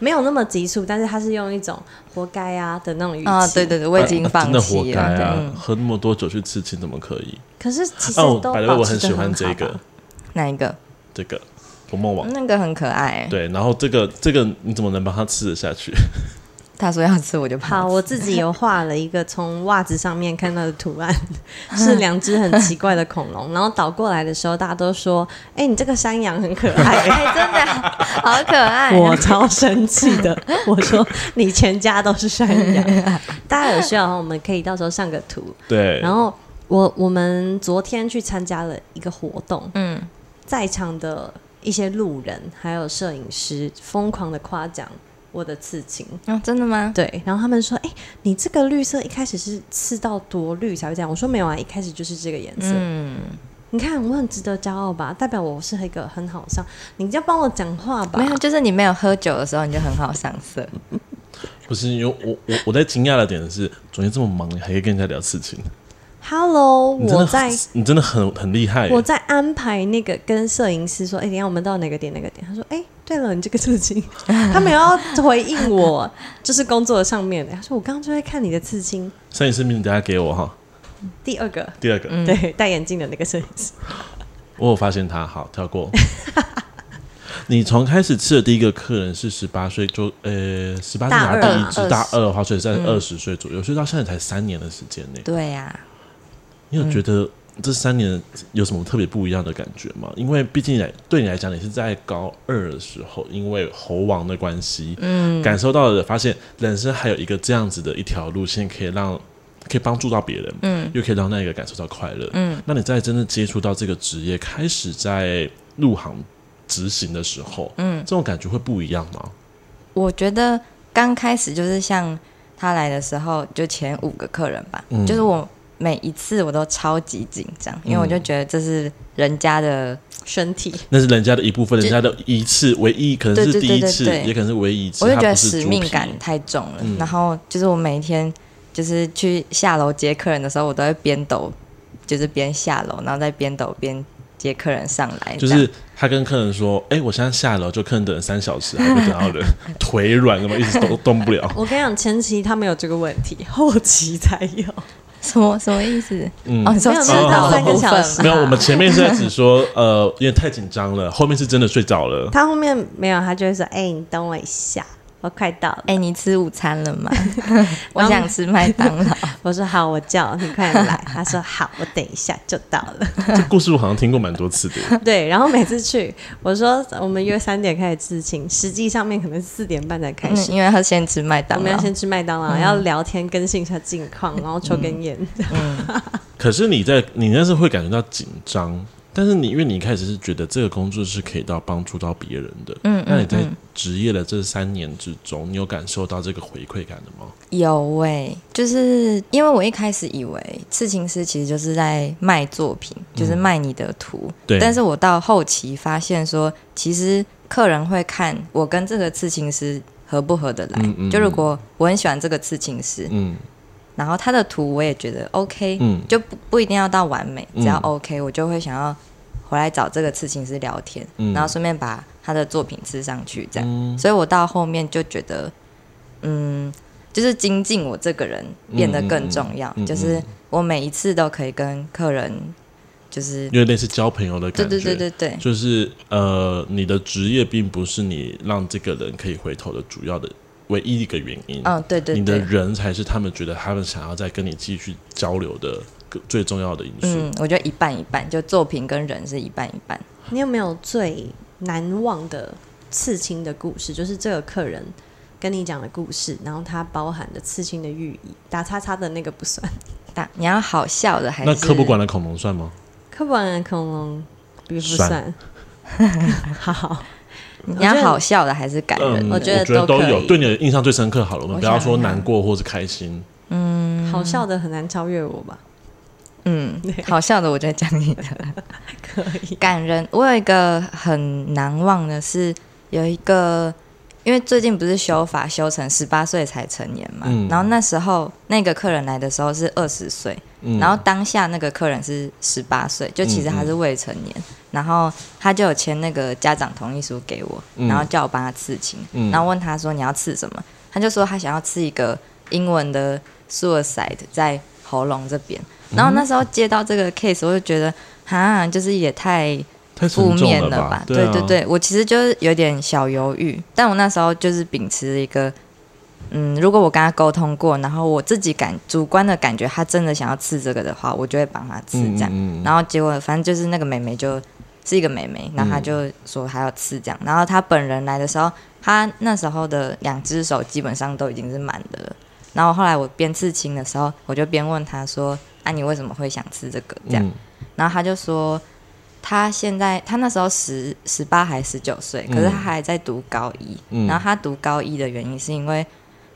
Speaker 3: 没有那么急促，但是他是用一种“活该啊”的那种语气。
Speaker 4: 啊，对对对，我已经
Speaker 2: 啊
Speaker 4: 放
Speaker 2: 真的活
Speaker 4: 弃
Speaker 2: 该
Speaker 4: 了。对
Speaker 2: 啊！
Speaker 4: 嗯，
Speaker 2: 喝那么多酒去刺青怎么可以？
Speaker 3: 可是其实
Speaker 2: 哦
Speaker 3: 都，
Speaker 2: 百乐
Speaker 3: 保
Speaker 2: 我
Speaker 3: 持
Speaker 2: 很
Speaker 3: 得
Speaker 2: 喜欢
Speaker 3: 很
Speaker 2: 这
Speaker 3: 好
Speaker 2: 个
Speaker 3: 吧。嗯
Speaker 4: 哪一个？
Speaker 2: 这个捕梦网。
Speaker 4: 那个很可爱、
Speaker 2: 对，然后这个这个你怎么能帮他刺得下 去？
Speaker 4: 他说要吃我就怕
Speaker 3: 好，。我自己有画了一个从袜子上面看到的图案，是两只很奇怪的恐龙，然后倒过来的时候，大家都说：“哎、你这个山羊很可 爱。
Speaker 4: 哎，真的好可爱啊
Speaker 3: 我超生气的，我说你全家都是山羊。大家有需要的话，我们可以到时候上个图。
Speaker 2: 对，
Speaker 3: 然后我我们昨天去参加了一个活动，
Speaker 4: 嗯，
Speaker 3: 在场的一些路人还有摄影师疯狂的夸奖我的刺青，
Speaker 4: 哦，真的吗？
Speaker 3: 对，然后他们说：“哎、你这个绿色一开始是刺到多绿才会这样？”我说：“没有啊，一开始就是这个颜色。
Speaker 4: 嗯，
Speaker 3: 你看，我很值得骄傲吧？代表我是一个很好上。你要帮我讲话吧？
Speaker 4: 没有，就是你没有喝酒的时候，你就很好上色。
Speaker 2: 不是因为我我我在惊讶的点是，昨天这么忙，你还可以跟人家聊事情，
Speaker 3: ，Hello，
Speaker 2: 你真
Speaker 3: 我
Speaker 2: 的
Speaker 3: 在
Speaker 2: 很欸你真的很很厉害耶。
Speaker 3: 我在安排那个跟摄影师说：“哎、等一下我们到哪个点哪个点？”他说：“哎、对了，你这个 刺青。”他没有要回应我，就是工作上面的。他说：“我刚刚就在看你的刺青。
Speaker 2: 摄影师名字等下给我哈。”
Speaker 3: 第二个，
Speaker 2: 第二个，
Speaker 4: 嗯
Speaker 3: 对，戴眼镜的那个摄影师。
Speaker 2: 我有发现他，好跳过。 你从开始吃的第一个客人是十八岁，就呃十八岁
Speaker 3: 大
Speaker 2: 拿
Speaker 3: 二嗯
Speaker 2: 第一支，
Speaker 4: 20
Speaker 2: 大二的话，所以在二十岁左右，所以到现在才三年的时间内。
Speaker 4: 对呀、
Speaker 2: 你有觉
Speaker 4: 嗯
Speaker 2: 得这三年有什么特别不一样的感觉吗？因为毕竟来对你来讲，你是在高二的时候，因为猴王的关系，嗯，感受到了，发现人生还有一个这样子的一条路线，可以让可以帮助到别人，嗯，又可以让那个感受到快乐，嗯。那你在真正接触到这个职业，开始在入行执行的时候，嗯，这种感觉会不一样吗？
Speaker 4: 我觉得刚开始就是像他来的时候，就前五个客人吧，
Speaker 2: 嗯
Speaker 4: 就是我每一次我都超级紧张，因为我就觉得这是人家的
Speaker 3: 身体，
Speaker 2: 那是人家的一部分，人
Speaker 4: 就
Speaker 2: 家的一次，唯一可能是
Speaker 4: 对对
Speaker 2: 第
Speaker 4: 对
Speaker 2: 一
Speaker 4: 对
Speaker 2: 次，
Speaker 4: 对
Speaker 2: 也可能是唯一一次。
Speaker 4: 我就
Speaker 2: 它
Speaker 4: 觉得
Speaker 2: 不是
Speaker 4: 使
Speaker 2: 猪
Speaker 4: 命
Speaker 2: 皮
Speaker 4: 感太重了。
Speaker 2: 嗯
Speaker 4: 然后就是我每一天就是去下楼接客人的时候，我都会边抖，就是边下楼，然后再边抖边接客人上来。
Speaker 2: 就
Speaker 4: 这样
Speaker 2: 是他跟客人说：“哎、我现在下楼，就客人等了三小时，还没等到 人，腿软，怎么一直都动不了。
Speaker 3: 我跟你讲，前期他没有这个问题，后期才有。
Speaker 4: 什么什么意思？
Speaker 2: 嗯
Speaker 4: 哦，你说
Speaker 3: 没有
Speaker 4: 迟
Speaker 2: 没有
Speaker 4: 到
Speaker 2: 到
Speaker 4: 的
Speaker 2: 三个
Speaker 4: 部
Speaker 3: 小
Speaker 4: 分
Speaker 3: 时
Speaker 4: 吗
Speaker 2: 没有，我们前面是在只说，呃，因为太紧张了，后面是真的睡着 了。
Speaker 3: 他后面没有，他就会说：“哎、你等我一下，我快到 了。
Speaker 4: 哎、你吃午餐了 吗？我想吃麦当劳。
Speaker 3: 我说：“好，我叫你快来。”他说：“好，我等一下就到了。
Speaker 2: 这故事我好像听过蛮多次的。”
Speaker 3: 对，然后每次去，我说我们约三点开始刺青，实际上面可能四点半才开
Speaker 4: 嗯
Speaker 3: 始。
Speaker 4: 因为他先吃麦
Speaker 3: 我
Speaker 4: 当
Speaker 3: 们
Speaker 4: 劳
Speaker 3: 要。先吃麦当劳，要聊天更新一下近况，然后抽根烟。
Speaker 2: 可是你在，你那是会感觉到紧张，但是你因为你一开始是觉得这个工作是可以到帮助到别人的，
Speaker 4: 嗯
Speaker 2: 那你
Speaker 4: 嗯
Speaker 2: 在
Speaker 4: 嗯，
Speaker 2: 职业的这三年之中，你有感受到这个回馈感的吗？
Speaker 4: 有喂、就是因为我一开始以为刺青师其实就是在卖作品，就是卖你的图。
Speaker 2: 对，
Speaker 4: 但是我到后期发现说，其实客人会看我跟这个刺青师合不合得来。
Speaker 2: 嗯嗯
Speaker 4: 就如果我很喜欢这个刺青师，
Speaker 2: 嗯
Speaker 4: 然后他的图我也觉得 OK，、
Speaker 2: 嗯，
Speaker 4: 就不不一定要到完美，
Speaker 2: 嗯
Speaker 4: 只要 OK，、我就会想要回来找这个刺青师聊天，
Speaker 2: 嗯
Speaker 4: 然后顺便把他的作品刺上去，这样。
Speaker 2: 嗯
Speaker 4: 所以我到后面就觉得，嗯，就是精进我这个人变得更重要，
Speaker 2: 嗯嗯嗯嗯
Speaker 4: 就是我每一次都可以跟客人就是
Speaker 2: 因为类似交朋友的
Speaker 4: 对
Speaker 2: 感觉。
Speaker 4: 对对对对，
Speaker 2: 就是呃，你的职业并不是你让这个人可以回头的主要的唯一一个原因。
Speaker 4: 嗯对对
Speaker 2: 你的
Speaker 4: 对，
Speaker 2: 人才是他们觉得他们想要再跟你继续交流的最重要的因素。
Speaker 4: 嗯，我觉得一半一半，就作品跟人是一半一半。
Speaker 3: 你有没有最难忘的刺青的故事？就是这个客人跟你讲的故事，然后它包含的刺青的寓意，打叉叉的那个不算。
Speaker 4: 大你要好笑的还是
Speaker 2: 那科博馆的恐龙算吗？
Speaker 3: 刻板恐龙比不算。好，
Speaker 4: 你要好笑的还是感人
Speaker 2: 嗯，
Speaker 4: 的？
Speaker 2: 我
Speaker 3: 我觉得
Speaker 2: 得
Speaker 3: 都
Speaker 2: 都
Speaker 3: 可以
Speaker 2: 有。对你的印象最深刻，好了，我们
Speaker 4: 我
Speaker 2: 不要
Speaker 4: 想
Speaker 2: 说
Speaker 4: 一下
Speaker 2: 难过或是开心。
Speaker 3: 好笑的很难超越我吧？
Speaker 4: 嗯，好笑的我就讲你的。
Speaker 3: 可以，
Speaker 4: 感人。我有一个很难忘的是，有一个，因为最近不是修法修成十八岁才成年嘛，
Speaker 2: 嗯
Speaker 4: 然后那时候那个客人来的时候是二十岁，
Speaker 2: 嗯，
Speaker 4: 然后当下那个客人是十八岁，就其实他是未成年，然后他就有签那个家长同意书给我，
Speaker 2: 嗯
Speaker 4: 然后叫我帮他刺青，
Speaker 2: 嗯
Speaker 4: 然后问他说你要刺什么，他就说他想要刺一个英文的 suicide 在喉咙这边，
Speaker 2: 嗯
Speaker 4: 然后那时候接到这个 case，我就觉得哈，就是也太
Speaker 2: 太沉
Speaker 4: 负
Speaker 2: 重
Speaker 4: 面
Speaker 2: 了
Speaker 4: 吧？
Speaker 2: 对啊
Speaker 4: 对对，我其实就是有点小犹豫，但我那时候就是秉持一个，嗯，如果我跟他沟通过，然后我自己感主观的感觉他真的想要刺这个的话，我就会帮他刺
Speaker 2: 嗯
Speaker 4: 这样。
Speaker 2: 嗯嗯
Speaker 4: 然后结果反正就是那个妹妹就是一个妹妹，然后
Speaker 2: 嗯
Speaker 4: 她就说还要刺这样，然后她本人来的时候，她那时候的两只手基本上都已经是满的了。然后后来我边刺青的时候，我就边问她说：“啊，你为什么会想刺这个？”这样，
Speaker 2: 嗯
Speaker 4: 然后他就说，他现在他那时候十十八还十九岁，
Speaker 2: 嗯
Speaker 4: 可是他还在读高一。
Speaker 2: 嗯
Speaker 4: 然后他读高一的原因是因为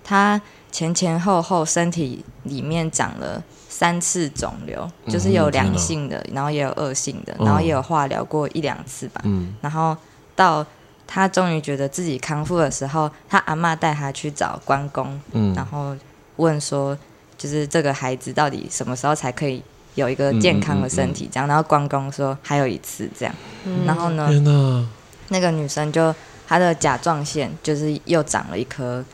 Speaker 4: 他前前后后身体里面长了三次肿瘤，
Speaker 2: 嗯
Speaker 4: 就是有良性的，然后也有恶性的，
Speaker 2: 嗯
Speaker 4: 然后也有化疗过一两次吧。
Speaker 2: 嗯
Speaker 4: 然后到他终于觉得自己康复的时候，他阿嬷带他去找关公，
Speaker 2: 嗯
Speaker 4: 然后问说，就是这个孩子到底什么时候才可以有一个
Speaker 2: 嗯
Speaker 4: 健康的身体？这样，然后关公说还有一次这样，
Speaker 3: 嗯
Speaker 4: 然后呢，
Speaker 2: 天哪，
Speaker 4: 那个女生就她的甲状腺就是又长了一颗，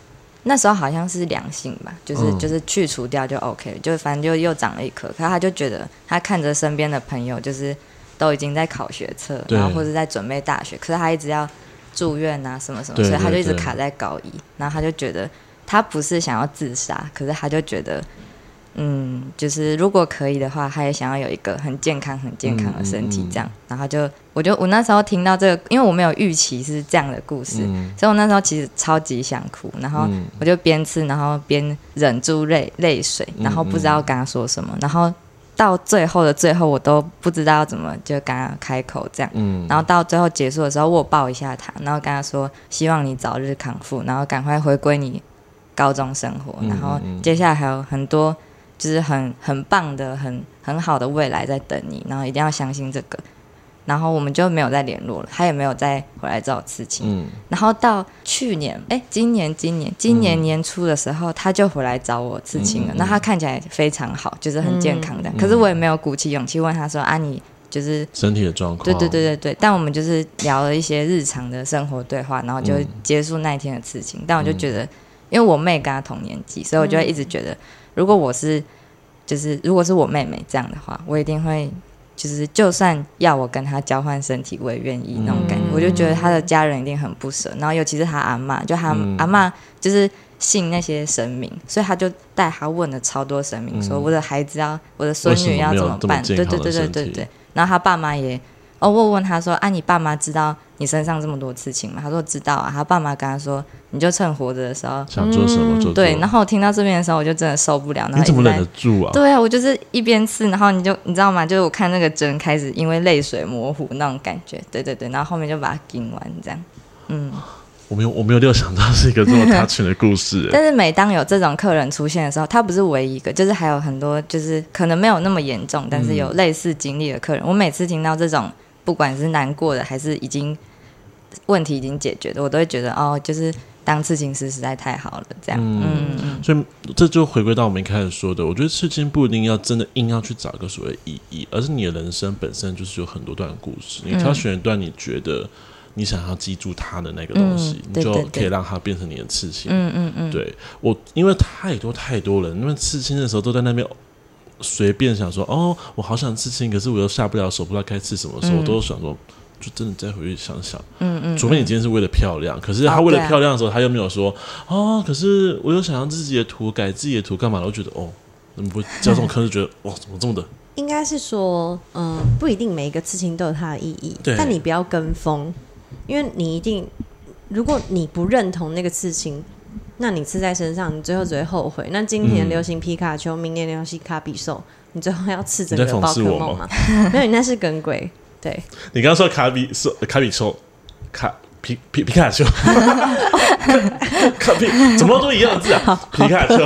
Speaker 4: 那时候好像是良性吧，就是、
Speaker 2: 嗯
Speaker 4: 就是去除掉就 OK，了就反正就又长了一颗。可她就觉得她看着身边的朋友就是都已经在考学测，
Speaker 2: 对
Speaker 4: 然后或者在准备大学，可是她一直要住院啊什么什么，
Speaker 2: 对
Speaker 4: 所以她就
Speaker 2: 对
Speaker 4: 一直
Speaker 2: 对
Speaker 4: 卡在高一，然后她就觉得她不是想要自杀，可是她就觉得。嗯，就是如果可以的话，他也想要有一个很健康、很健康的身
Speaker 2: 嗯
Speaker 4: 体，这样。然后就，我就我那时候听到这个，因为我没有预期是这样的故事，
Speaker 2: 嗯
Speaker 4: 所以我那时候其实超级想哭，然后
Speaker 2: 嗯
Speaker 4: 我就边吃，然后边忍住泪泪水，
Speaker 2: 嗯
Speaker 4: 然后不知道跟他说什么，然后到最后的最后，我都不知道怎么就跟他开口这样。
Speaker 2: 嗯，
Speaker 4: 然后到最后结束的时候，我有抱一下他，然后跟他说希望你早日康复，然后赶快回归你高中生活，
Speaker 2: 嗯
Speaker 4: 然后
Speaker 2: 嗯嗯
Speaker 4: 接下来还有很多就是很很棒的、很很好的未来在等你，然后一定要相信这个。然后我们就没有再联络了，他也没有再回来找我刺青。
Speaker 2: 嗯
Speaker 4: 然后到去年，哎，今年，今年，今年年初的时候，他就回来找我刺青了
Speaker 2: 嗯嗯嗯。嗯
Speaker 4: 那他看起来非常好，就是很健康的。
Speaker 2: 嗯
Speaker 4: 可是我也没有鼓起勇气问他说：“啊，你就是
Speaker 2: 身体的状
Speaker 4: 对
Speaker 2: 况，
Speaker 4: 对对对对，但我们就是聊了一些日常的生活对话，然后
Speaker 2: 嗯
Speaker 4: 就结束那一天的事情。但我就觉得，因为我妹跟她同年纪，所以我就会一直觉得，如果我是就是如果是我妹妹这样的话，我一定会就是就算要我跟她交换身体，我也愿意那种感觉。
Speaker 3: 嗯
Speaker 4: 我就觉得她的家人一定很不舍，然后尤其是她阿嬷，就她、
Speaker 2: 嗯
Speaker 4: 阿嬷就是。信那些神明，所以她就带她问了超多神明，说
Speaker 2: 嗯
Speaker 4: 我的孩子要，我的孙女要
Speaker 2: 为什么没
Speaker 4: 怎么
Speaker 2: 有这么
Speaker 4: 办？
Speaker 2: 健
Speaker 4: 对
Speaker 2: 康
Speaker 4: 对
Speaker 2: 的
Speaker 4: 对对
Speaker 2: 身
Speaker 4: 对
Speaker 2: 体
Speaker 4: 对。然后他爸妈也，哦，我有问他说，啊，你爸妈知道你身上这么多刺青吗？他说知道啊。他爸妈跟他说，你就趁活着的时候。
Speaker 2: 想做什么就做
Speaker 4: 嗯对，然后我听到这边的时候，我就真的受不了，然后
Speaker 2: 你怎么
Speaker 4: 一直
Speaker 2: 忍
Speaker 4: 在
Speaker 2: 得住啊？
Speaker 4: 对啊，我就是一边刺，然后你就你知道吗？就是我看那个针开始因为泪水模糊那种感觉，对对对，然后后面就把它顶完这样。嗯，
Speaker 2: 我没有我没有料想到是一个这么 touching 的故事，欸
Speaker 4: 但是每当有这种客人出现的时候，他不是唯一一个，就是还有很多，就是可能没有那么严重，但是有类似经历的客人。我每次听到这种，不管是难过的还是已经问题已经解决的，我都会觉得哦，就是当刺青师实在太好了，这样。
Speaker 2: 嗯
Speaker 4: 嗯嗯
Speaker 2: 所以这就回归到我们一开始说的，我觉得刺青不一定要真的硬要去找一个所谓意义，而是你的人生本身就是有很多段故事，你
Speaker 4: 嗯
Speaker 2: 挑选一段你觉得你想要记住它的那个东西，
Speaker 4: 嗯
Speaker 2: 你
Speaker 4: 对
Speaker 2: 就
Speaker 4: 对
Speaker 2: 可以让它变成你的刺青。
Speaker 4: 嗯嗯嗯嗯，
Speaker 2: 对我，因为太多太多人，因为刺青的时候都在那边随便想说，哦，我好想刺青，可是我又下不了手，不知道该刺什么的时候，我都想说，就真的再回去想想。
Speaker 4: 嗯嗯，
Speaker 2: 除非你今天是为了漂亮，可是他
Speaker 4: 哦
Speaker 2: 为
Speaker 4: 对
Speaker 2: 了
Speaker 4: 啊
Speaker 2: 漂亮的时候，他又没有说哦，可是我又想要自己的图改自己的图干嘛的？我觉得哦，怎 么不教这种课就觉得哇，怎么这么的？
Speaker 3: 应该是说，嗯、不一定每一个刺青都有它的意义，
Speaker 2: 对
Speaker 3: 但你不要跟风，因为你一定，如果你不认同那个刺青，那你刺在身上，你最后只会后悔。那今年
Speaker 2: 嗯
Speaker 3: 流行皮卡丘，明年流行卡比兽，你最后要刺整
Speaker 2: 你在
Speaker 3: 个宝
Speaker 2: 讽
Speaker 3: 可
Speaker 2: 刺我
Speaker 3: 梦吗？ 没有，你那是耿鬼。对，
Speaker 2: 你刚刚说卡比是卡比兽，卡皮皮皮卡丘，卡皮怎么都一样的字啊？皮卡丘、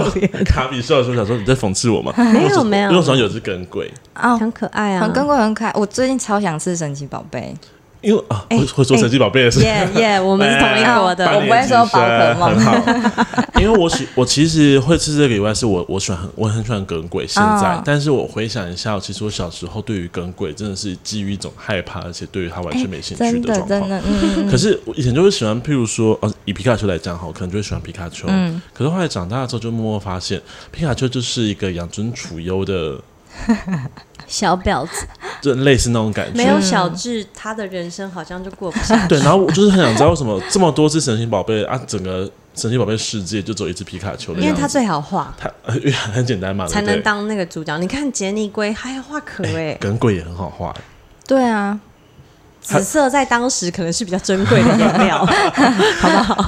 Speaker 2: 卡比兽的时候想说你在讽刺我吗？
Speaker 3: 没有没有
Speaker 2: 因为我手上有只耿鬼，
Speaker 4: 啊，
Speaker 3: 很可爱啊
Speaker 4: 很，跟过很可爱。我最近超想吃神奇宝贝，
Speaker 2: 因为啊，
Speaker 3: 哎
Speaker 2: 会会说神奇宝贝的事。
Speaker 3: 耶耶，我们是同一国
Speaker 2: 哎
Speaker 3: 的
Speaker 4: 我。不会说宝可梦
Speaker 2: 很好因为我喜我其实会吃这个以外，是我我喜欢很我很喜欢耿鬼。现在，
Speaker 4: 哦
Speaker 2: 但是我回想一下，其实我小时候对于耿鬼真的是基于一种害怕，而且对于他完全没兴趣
Speaker 4: 哎真的
Speaker 2: 状
Speaker 4: 真
Speaker 2: 况。
Speaker 4: 的，嗯，嗯
Speaker 2: 可是我以前就会喜欢，譬如说，哦，以皮卡丘来讲好，可能就会喜欢皮卡丘。
Speaker 4: 嗯
Speaker 2: 可是后来长大之后，就默默发现，皮卡丘就是一个养尊处优的，
Speaker 3: 小婊子，
Speaker 2: 就类似那种感觉。
Speaker 3: 没有小智，他的人生好像就过不 下去。
Speaker 2: 对，然后我就是很想知道，为什么 这么多只神奇宝贝啊，整个神奇宝贝世界就只有一只皮卡丘的
Speaker 3: 因为
Speaker 2: 样子
Speaker 3: 他最好画，
Speaker 2: 它 呃因为很简单嘛，
Speaker 3: 才
Speaker 2: 对不对
Speaker 3: 能当那个主角。你看杰尼龟，还要画壳 哎，
Speaker 2: 耿鬼也很好画，
Speaker 4: 对啊，
Speaker 2: 它
Speaker 3: 紫色在当时可能是比较珍贵的颜 料，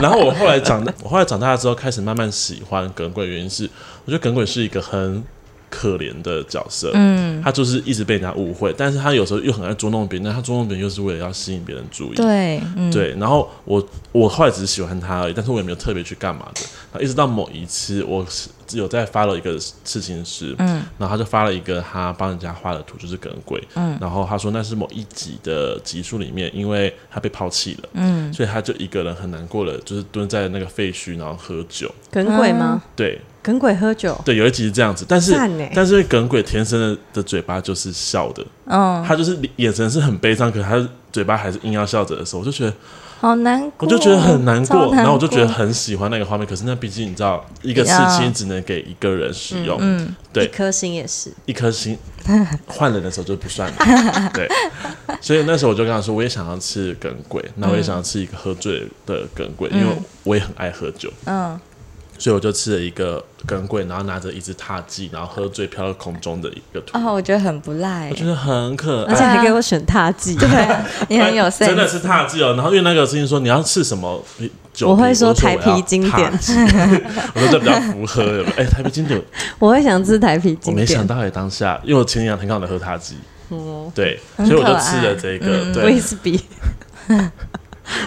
Speaker 2: 然后我后来长，我后来长大 了之后开始慢慢喜欢耿鬼，原因是我觉得耿鬼是一个很可怜的角色，
Speaker 4: 嗯，
Speaker 2: 他就是一直被人家误会，但是他有时候又很爱捉弄别人，但他捉弄别人又是为了要吸引别人注意，
Speaker 4: 对，嗯，
Speaker 2: 对，然后我我后来只是喜欢他而已，但是我也没有特别去干嘛的。然后一直到某一次，我是有在发了一个刺青师，
Speaker 4: 嗯，
Speaker 2: 然后他就发了一个他帮人家画的图，就是耿鬼，
Speaker 4: 嗯，
Speaker 2: 然后他说那是某一集的集数里面，因为他被抛弃了，
Speaker 4: 嗯，
Speaker 2: 所以他就一个人很难过了，就是蹲在那个废墟，然后喝酒。
Speaker 3: 耿鬼
Speaker 4: 嗯
Speaker 3: 吗？
Speaker 2: 对
Speaker 3: 耿鬼喝酒，
Speaker 2: 对，有一集是这样子，但是
Speaker 3: 赞欸
Speaker 2: 但是因为耿鬼天生的的嘴巴就是笑的，
Speaker 4: 嗯，
Speaker 2: 他就是眼神是很悲伤，可是他嘴巴还是硬要笑着的时候，我就觉得。
Speaker 4: 好难
Speaker 2: 我
Speaker 4: 过，
Speaker 2: 就觉得很难
Speaker 4: 超
Speaker 2: 过，然后我就觉得
Speaker 4: 过
Speaker 2: 很喜欢那个画面。可是那毕竟你知道，一个刺青只能给一个人使用，
Speaker 4: 嗯，
Speaker 2: 对
Speaker 3: 一颗心也是。
Speaker 2: 一颗心换人的时候就不 算了。对，所以那时候我就跟他说，我也想要吃耿鬼，那我也想要吃一个喝醉的耿鬼，因为我也很爱喝酒，
Speaker 4: 嗯，
Speaker 2: 所以我就吃了一个耿鬼，然后拿着一只踏迹，然后喝醉飘到空中的一个图，
Speaker 4: 哦，我觉得很不赖
Speaker 2: 我，觉得很可
Speaker 3: 而且
Speaker 2: 爱。
Speaker 3: 还给我选踏迹，
Speaker 4: 对啊，你很有
Speaker 2: 哎真的
Speaker 4: sense，
Speaker 2: 是踏迹哦。然后因为那个事情说你要吃什么酒，
Speaker 3: 我会
Speaker 2: 说
Speaker 3: 说
Speaker 2: 我
Speaker 3: 台
Speaker 2: 要
Speaker 3: 啤经典
Speaker 2: 踏迹 我说这比较符合。有没有哎，台啤经典
Speaker 3: 我会想自台啤
Speaker 2: 我
Speaker 3: 经
Speaker 2: 没想
Speaker 3: 典。
Speaker 2: 到也哎当下，因为我前两天刚好在喝塔鸡，
Speaker 3: 嗯，
Speaker 2: 对，
Speaker 4: 很
Speaker 2: 所以我就
Speaker 4: 可
Speaker 2: 吃
Speaker 4: 爱
Speaker 2: 了这个，
Speaker 4: 嗯
Speaker 3: 威
Speaker 2: 对，
Speaker 3: 士比，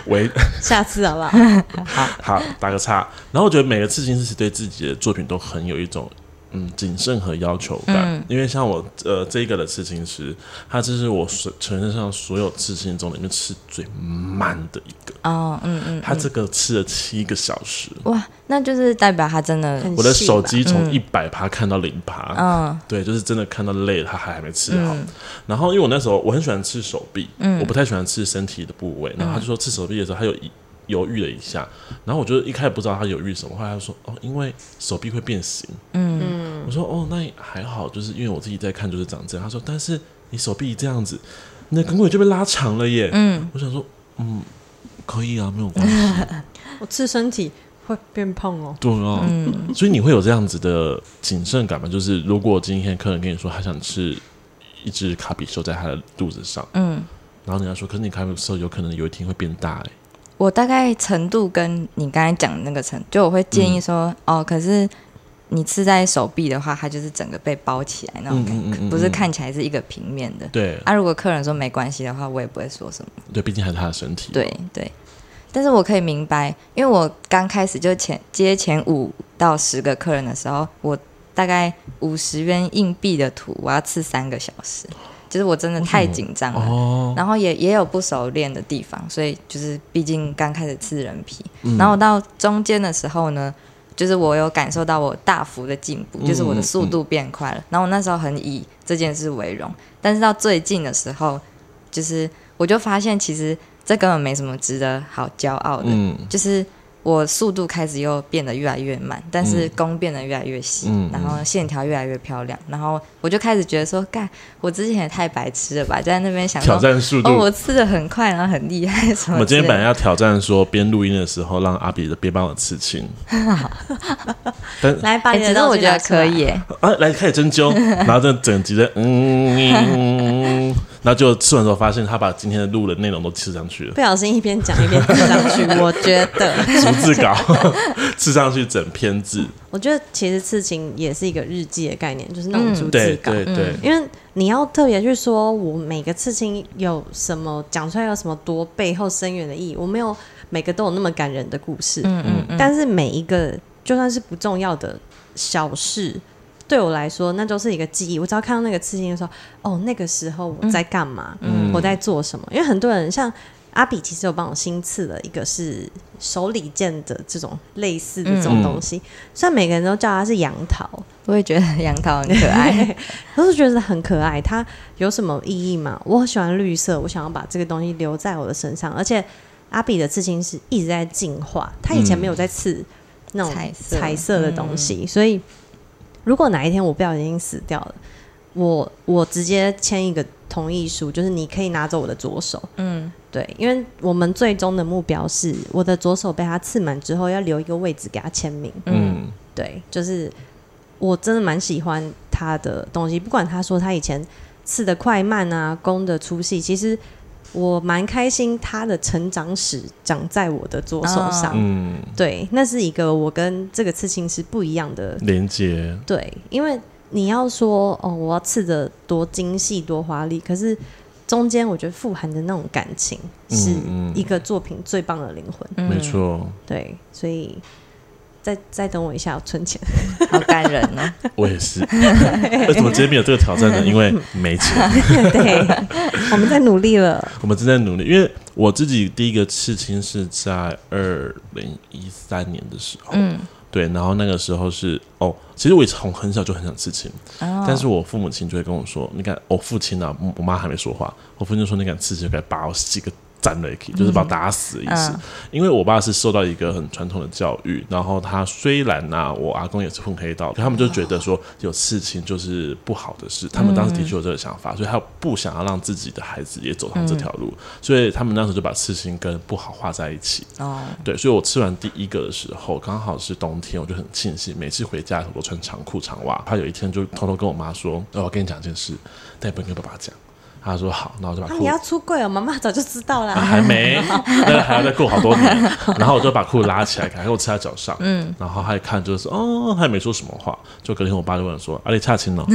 Speaker 2: 为
Speaker 3: 下次好不 好？
Speaker 2: 好打个叉。然后我觉得每个刺青师对自己的作品都很有一种嗯谨慎和要求感，
Speaker 4: 嗯
Speaker 2: 因为像我呃这一个的刺青师，他这是我所全身上所有刺青中里面刺最慢的一个，
Speaker 4: 哦，嗯嗯，
Speaker 2: 他这个刺了七个小时，
Speaker 4: 哇，那就是代表他真的，
Speaker 3: 很
Speaker 2: 我的
Speaker 3: 细
Speaker 2: 手
Speaker 3: 吧
Speaker 2: 机从
Speaker 4: 嗯
Speaker 2: 一百趴看到零趴，
Speaker 4: 嗯
Speaker 2: 对，就是真的看到累了，他还还没吃好。
Speaker 4: 嗯
Speaker 2: 然后因为我那时候我很喜欢吃手臂，
Speaker 4: 嗯
Speaker 2: 我不太喜欢吃身体的部位。然后他就说吃手臂的时候，他有一犹豫了一下，然后我就一开始不知道他犹豫什么，后来他就说哦，因为手臂会变形。
Speaker 4: 嗯，
Speaker 3: 嗯，
Speaker 2: 我说哦，那也还好，就是因为我自己在看就是长这样。他说但是你手臂这样子，你的梗骨就被拉长了耶。
Speaker 4: 嗯，
Speaker 2: 我想说嗯，可以啊，没有关系，
Speaker 3: 我吃身体会变胖哦。
Speaker 2: 对啊。
Speaker 4: 嗯，
Speaker 2: 所以你会有这样子的谨慎感吗？就是如果今天客人跟你说他想吃一只卡比兽在他的肚子上，
Speaker 4: 嗯，
Speaker 2: 然后你要说，可是你卡比兽有可能有一天会变大、欸，
Speaker 4: 我大概程度跟你刚才讲的那个程，就我会建议说，
Speaker 2: 嗯
Speaker 4: 哦，可是你刺在手臂的话，它就是整个被包起来那种感
Speaker 2: 嗯嗯
Speaker 4: 觉，
Speaker 2: 嗯嗯
Speaker 4: 不是看起来是一个平面的。
Speaker 2: 对
Speaker 4: 啊，如果客人说没关系的话，我也不会说什么。
Speaker 2: 对，毕竟还是他的身体，
Speaker 4: 对对，但是我可以明白，因为我刚开始就前接前五到十个客人的时候，我大概五十元硬币的图，我要刺三个小时，就是我真的太紧张了。
Speaker 2: 哦，
Speaker 4: 然后也也有不熟练的地方，所以就是毕竟刚开始刺人皮，
Speaker 2: 嗯
Speaker 4: 然后到中间的时候呢，就是我有感受到我大幅的进步，
Speaker 2: 嗯
Speaker 4: 就是我的速度变快了。然后我那时候很以这件事为荣，但是到最近的时候，就是我就发现其实这根本没什么值得好骄傲的，
Speaker 2: 嗯
Speaker 4: 就是。我速度开始又变得越来越慢，但是弓变得越来越细，
Speaker 2: 嗯嗯
Speaker 4: 然后线条越来越漂亮，然后我就开始觉得说，干，我之前也太白痴了吧，在那边想
Speaker 2: 挑
Speaker 4: 说，
Speaker 2: 战速度。
Speaker 4: 哦，我刺的很快，然后很厉害什么之类的。
Speaker 2: 我们今天本来要挑战说，边录音的时候让阿比的别帮我刺青，
Speaker 3: 来把
Speaker 4: 哎、
Speaker 3: 你
Speaker 4: 其
Speaker 3: 的
Speaker 4: 实
Speaker 3: 道
Speaker 4: 我
Speaker 3: 具
Speaker 4: 觉
Speaker 3: 拿
Speaker 4: 得
Speaker 3: 出
Speaker 4: 可
Speaker 3: 来
Speaker 4: 以、耶
Speaker 2: 啊，来开始针灸，然后这整集的嗯，然后就吃完之后发现他把今天的录的内容都吃上去了，
Speaker 3: 不小心一边讲 一边刺上去，我觉得，
Speaker 2: 逐字稿 吃上去整篇字，
Speaker 3: 我觉得其实刺青也是一个日记的概念，就是那
Speaker 4: 嗯
Speaker 3: 种逐字
Speaker 2: 对
Speaker 3: 稿。嗯
Speaker 2: 对对，
Speaker 3: 因为你要特别去说，我每个刺青有什么讲出来有什么多背后深远的意义，我没有每个都有那么感人的故事，
Speaker 4: 嗯嗯嗯，
Speaker 3: 但是每一个就算是不重要的小事，对我来说那都是一个记忆。我只要看到那个刺青的时候，哦，那个时候我在干嘛，
Speaker 2: 嗯
Speaker 3: 我在做什么？因为很多人像阿比，其实有帮我新刺了一个是手里剑的这种类似的这种东西，虽然每个人都叫它是杨桃，
Speaker 4: 我也觉得杨桃很可 爱。
Speaker 3: 我是觉得很可爱。它有什么意义吗？我很喜欢绿色，我想要把这个东西留在我的身上。而且阿比的刺青是一直在进化，他以前没有在刺那种
Speaker 4: 彩色嗯
Speaker 3: 彩色的东西，所以如果哪一天我不小心死掉了，我我直接签一个同意书，就是你可以拿走我的左手。
Speaker 4: 嗯，
Speaker 3: 对，因为我们最终的目标是我的左手被他刺满之后，要留一个位置给他签名。
Speaker 2: 嗯
Speaker 3: 对，就是我真的蛮喜欢他的东西，不管他说他以前刺的快慢啊，弓的粗细，其实我蛮开心他的成长史长在我的左手上。
Speaker 2: 嗯，
Speaker 3: 对，那是一个我跟这个刺青是不一样的。
Speaker 2: 连接，
Speaker 3: 对，因为你要说哦，我要刺的多精细多华丽，可是中间我觉得富含的那种感情是
Speaker 2: 嗯嗯
Speaker 3: 一个作品最棒的灵魂。
Speaker 4: 嗯
Speaker 2: 没，错，
Speaker 3: 对，所以再再等我一下，我存钱。
Speaker 4: 好感人哦。
Speaker 2: 我也 是。为什么今天没有这个挑战呢？因为没钱，
Speaker 3: 对，我们在努力 了。
Speaker 2: 我们正在努力。因为我自己第一个刺青是在二零一三年的时候，
Speaker 4: 嗯，
Speaker 2: 对，然后那个时候是哦，其实我从很小就很想刺青，
Speaker 4: 哦
Speaker 2: 但是我父母亲就会跟我说：“你敢？”我父亲啊，我我妈还没说话，我父亲就说：“你敢刺青，该把我几个斩了一起，就是把我打死的意思。
Speaker 4: 嗯
Speaker 2: 因为我爸是受到一个很传统的教育，然后他虽然呐、我阿公也是混黑道，可他们就觉得说有刺青就是不好的
Speaker 4: 嗯
Speaker 2: 事，他们当时的确有这个想法，所以他不想要让自己的孩子也走上这条
Speaker 4: 嗯
Speaker 2: 路，所以他们那时候就把刺青跟不好画在一起。
Speaker 4: 哦，
Speaker 2: 对，所以我吃完第一个的时候，刚好是冬天，我就很庆幸，每次回家我都穿长裤长袜。他有一天就偷偷跟我妈说：“哦，我跟你讲一件事，但也不能跟爸爸讲。”他说：“好。”然后我就把
Speaker 3: 啊，
Speaker 2: 裤
Speaker 3: 你
Speaker 2: 子、
Speaker 3: 要出柜哦，妈妈早就知道
Speaker 2: 啊
Speaker 3: 啦。
Speaker 2: 还 没，那个还要再过好多年。然后我就把裤子拉起来，赶快给我吃在脚上。嗯，然后他一看就是哦，他也没说什么话。就隔天我爸就问我说：“啊，你差亲了？”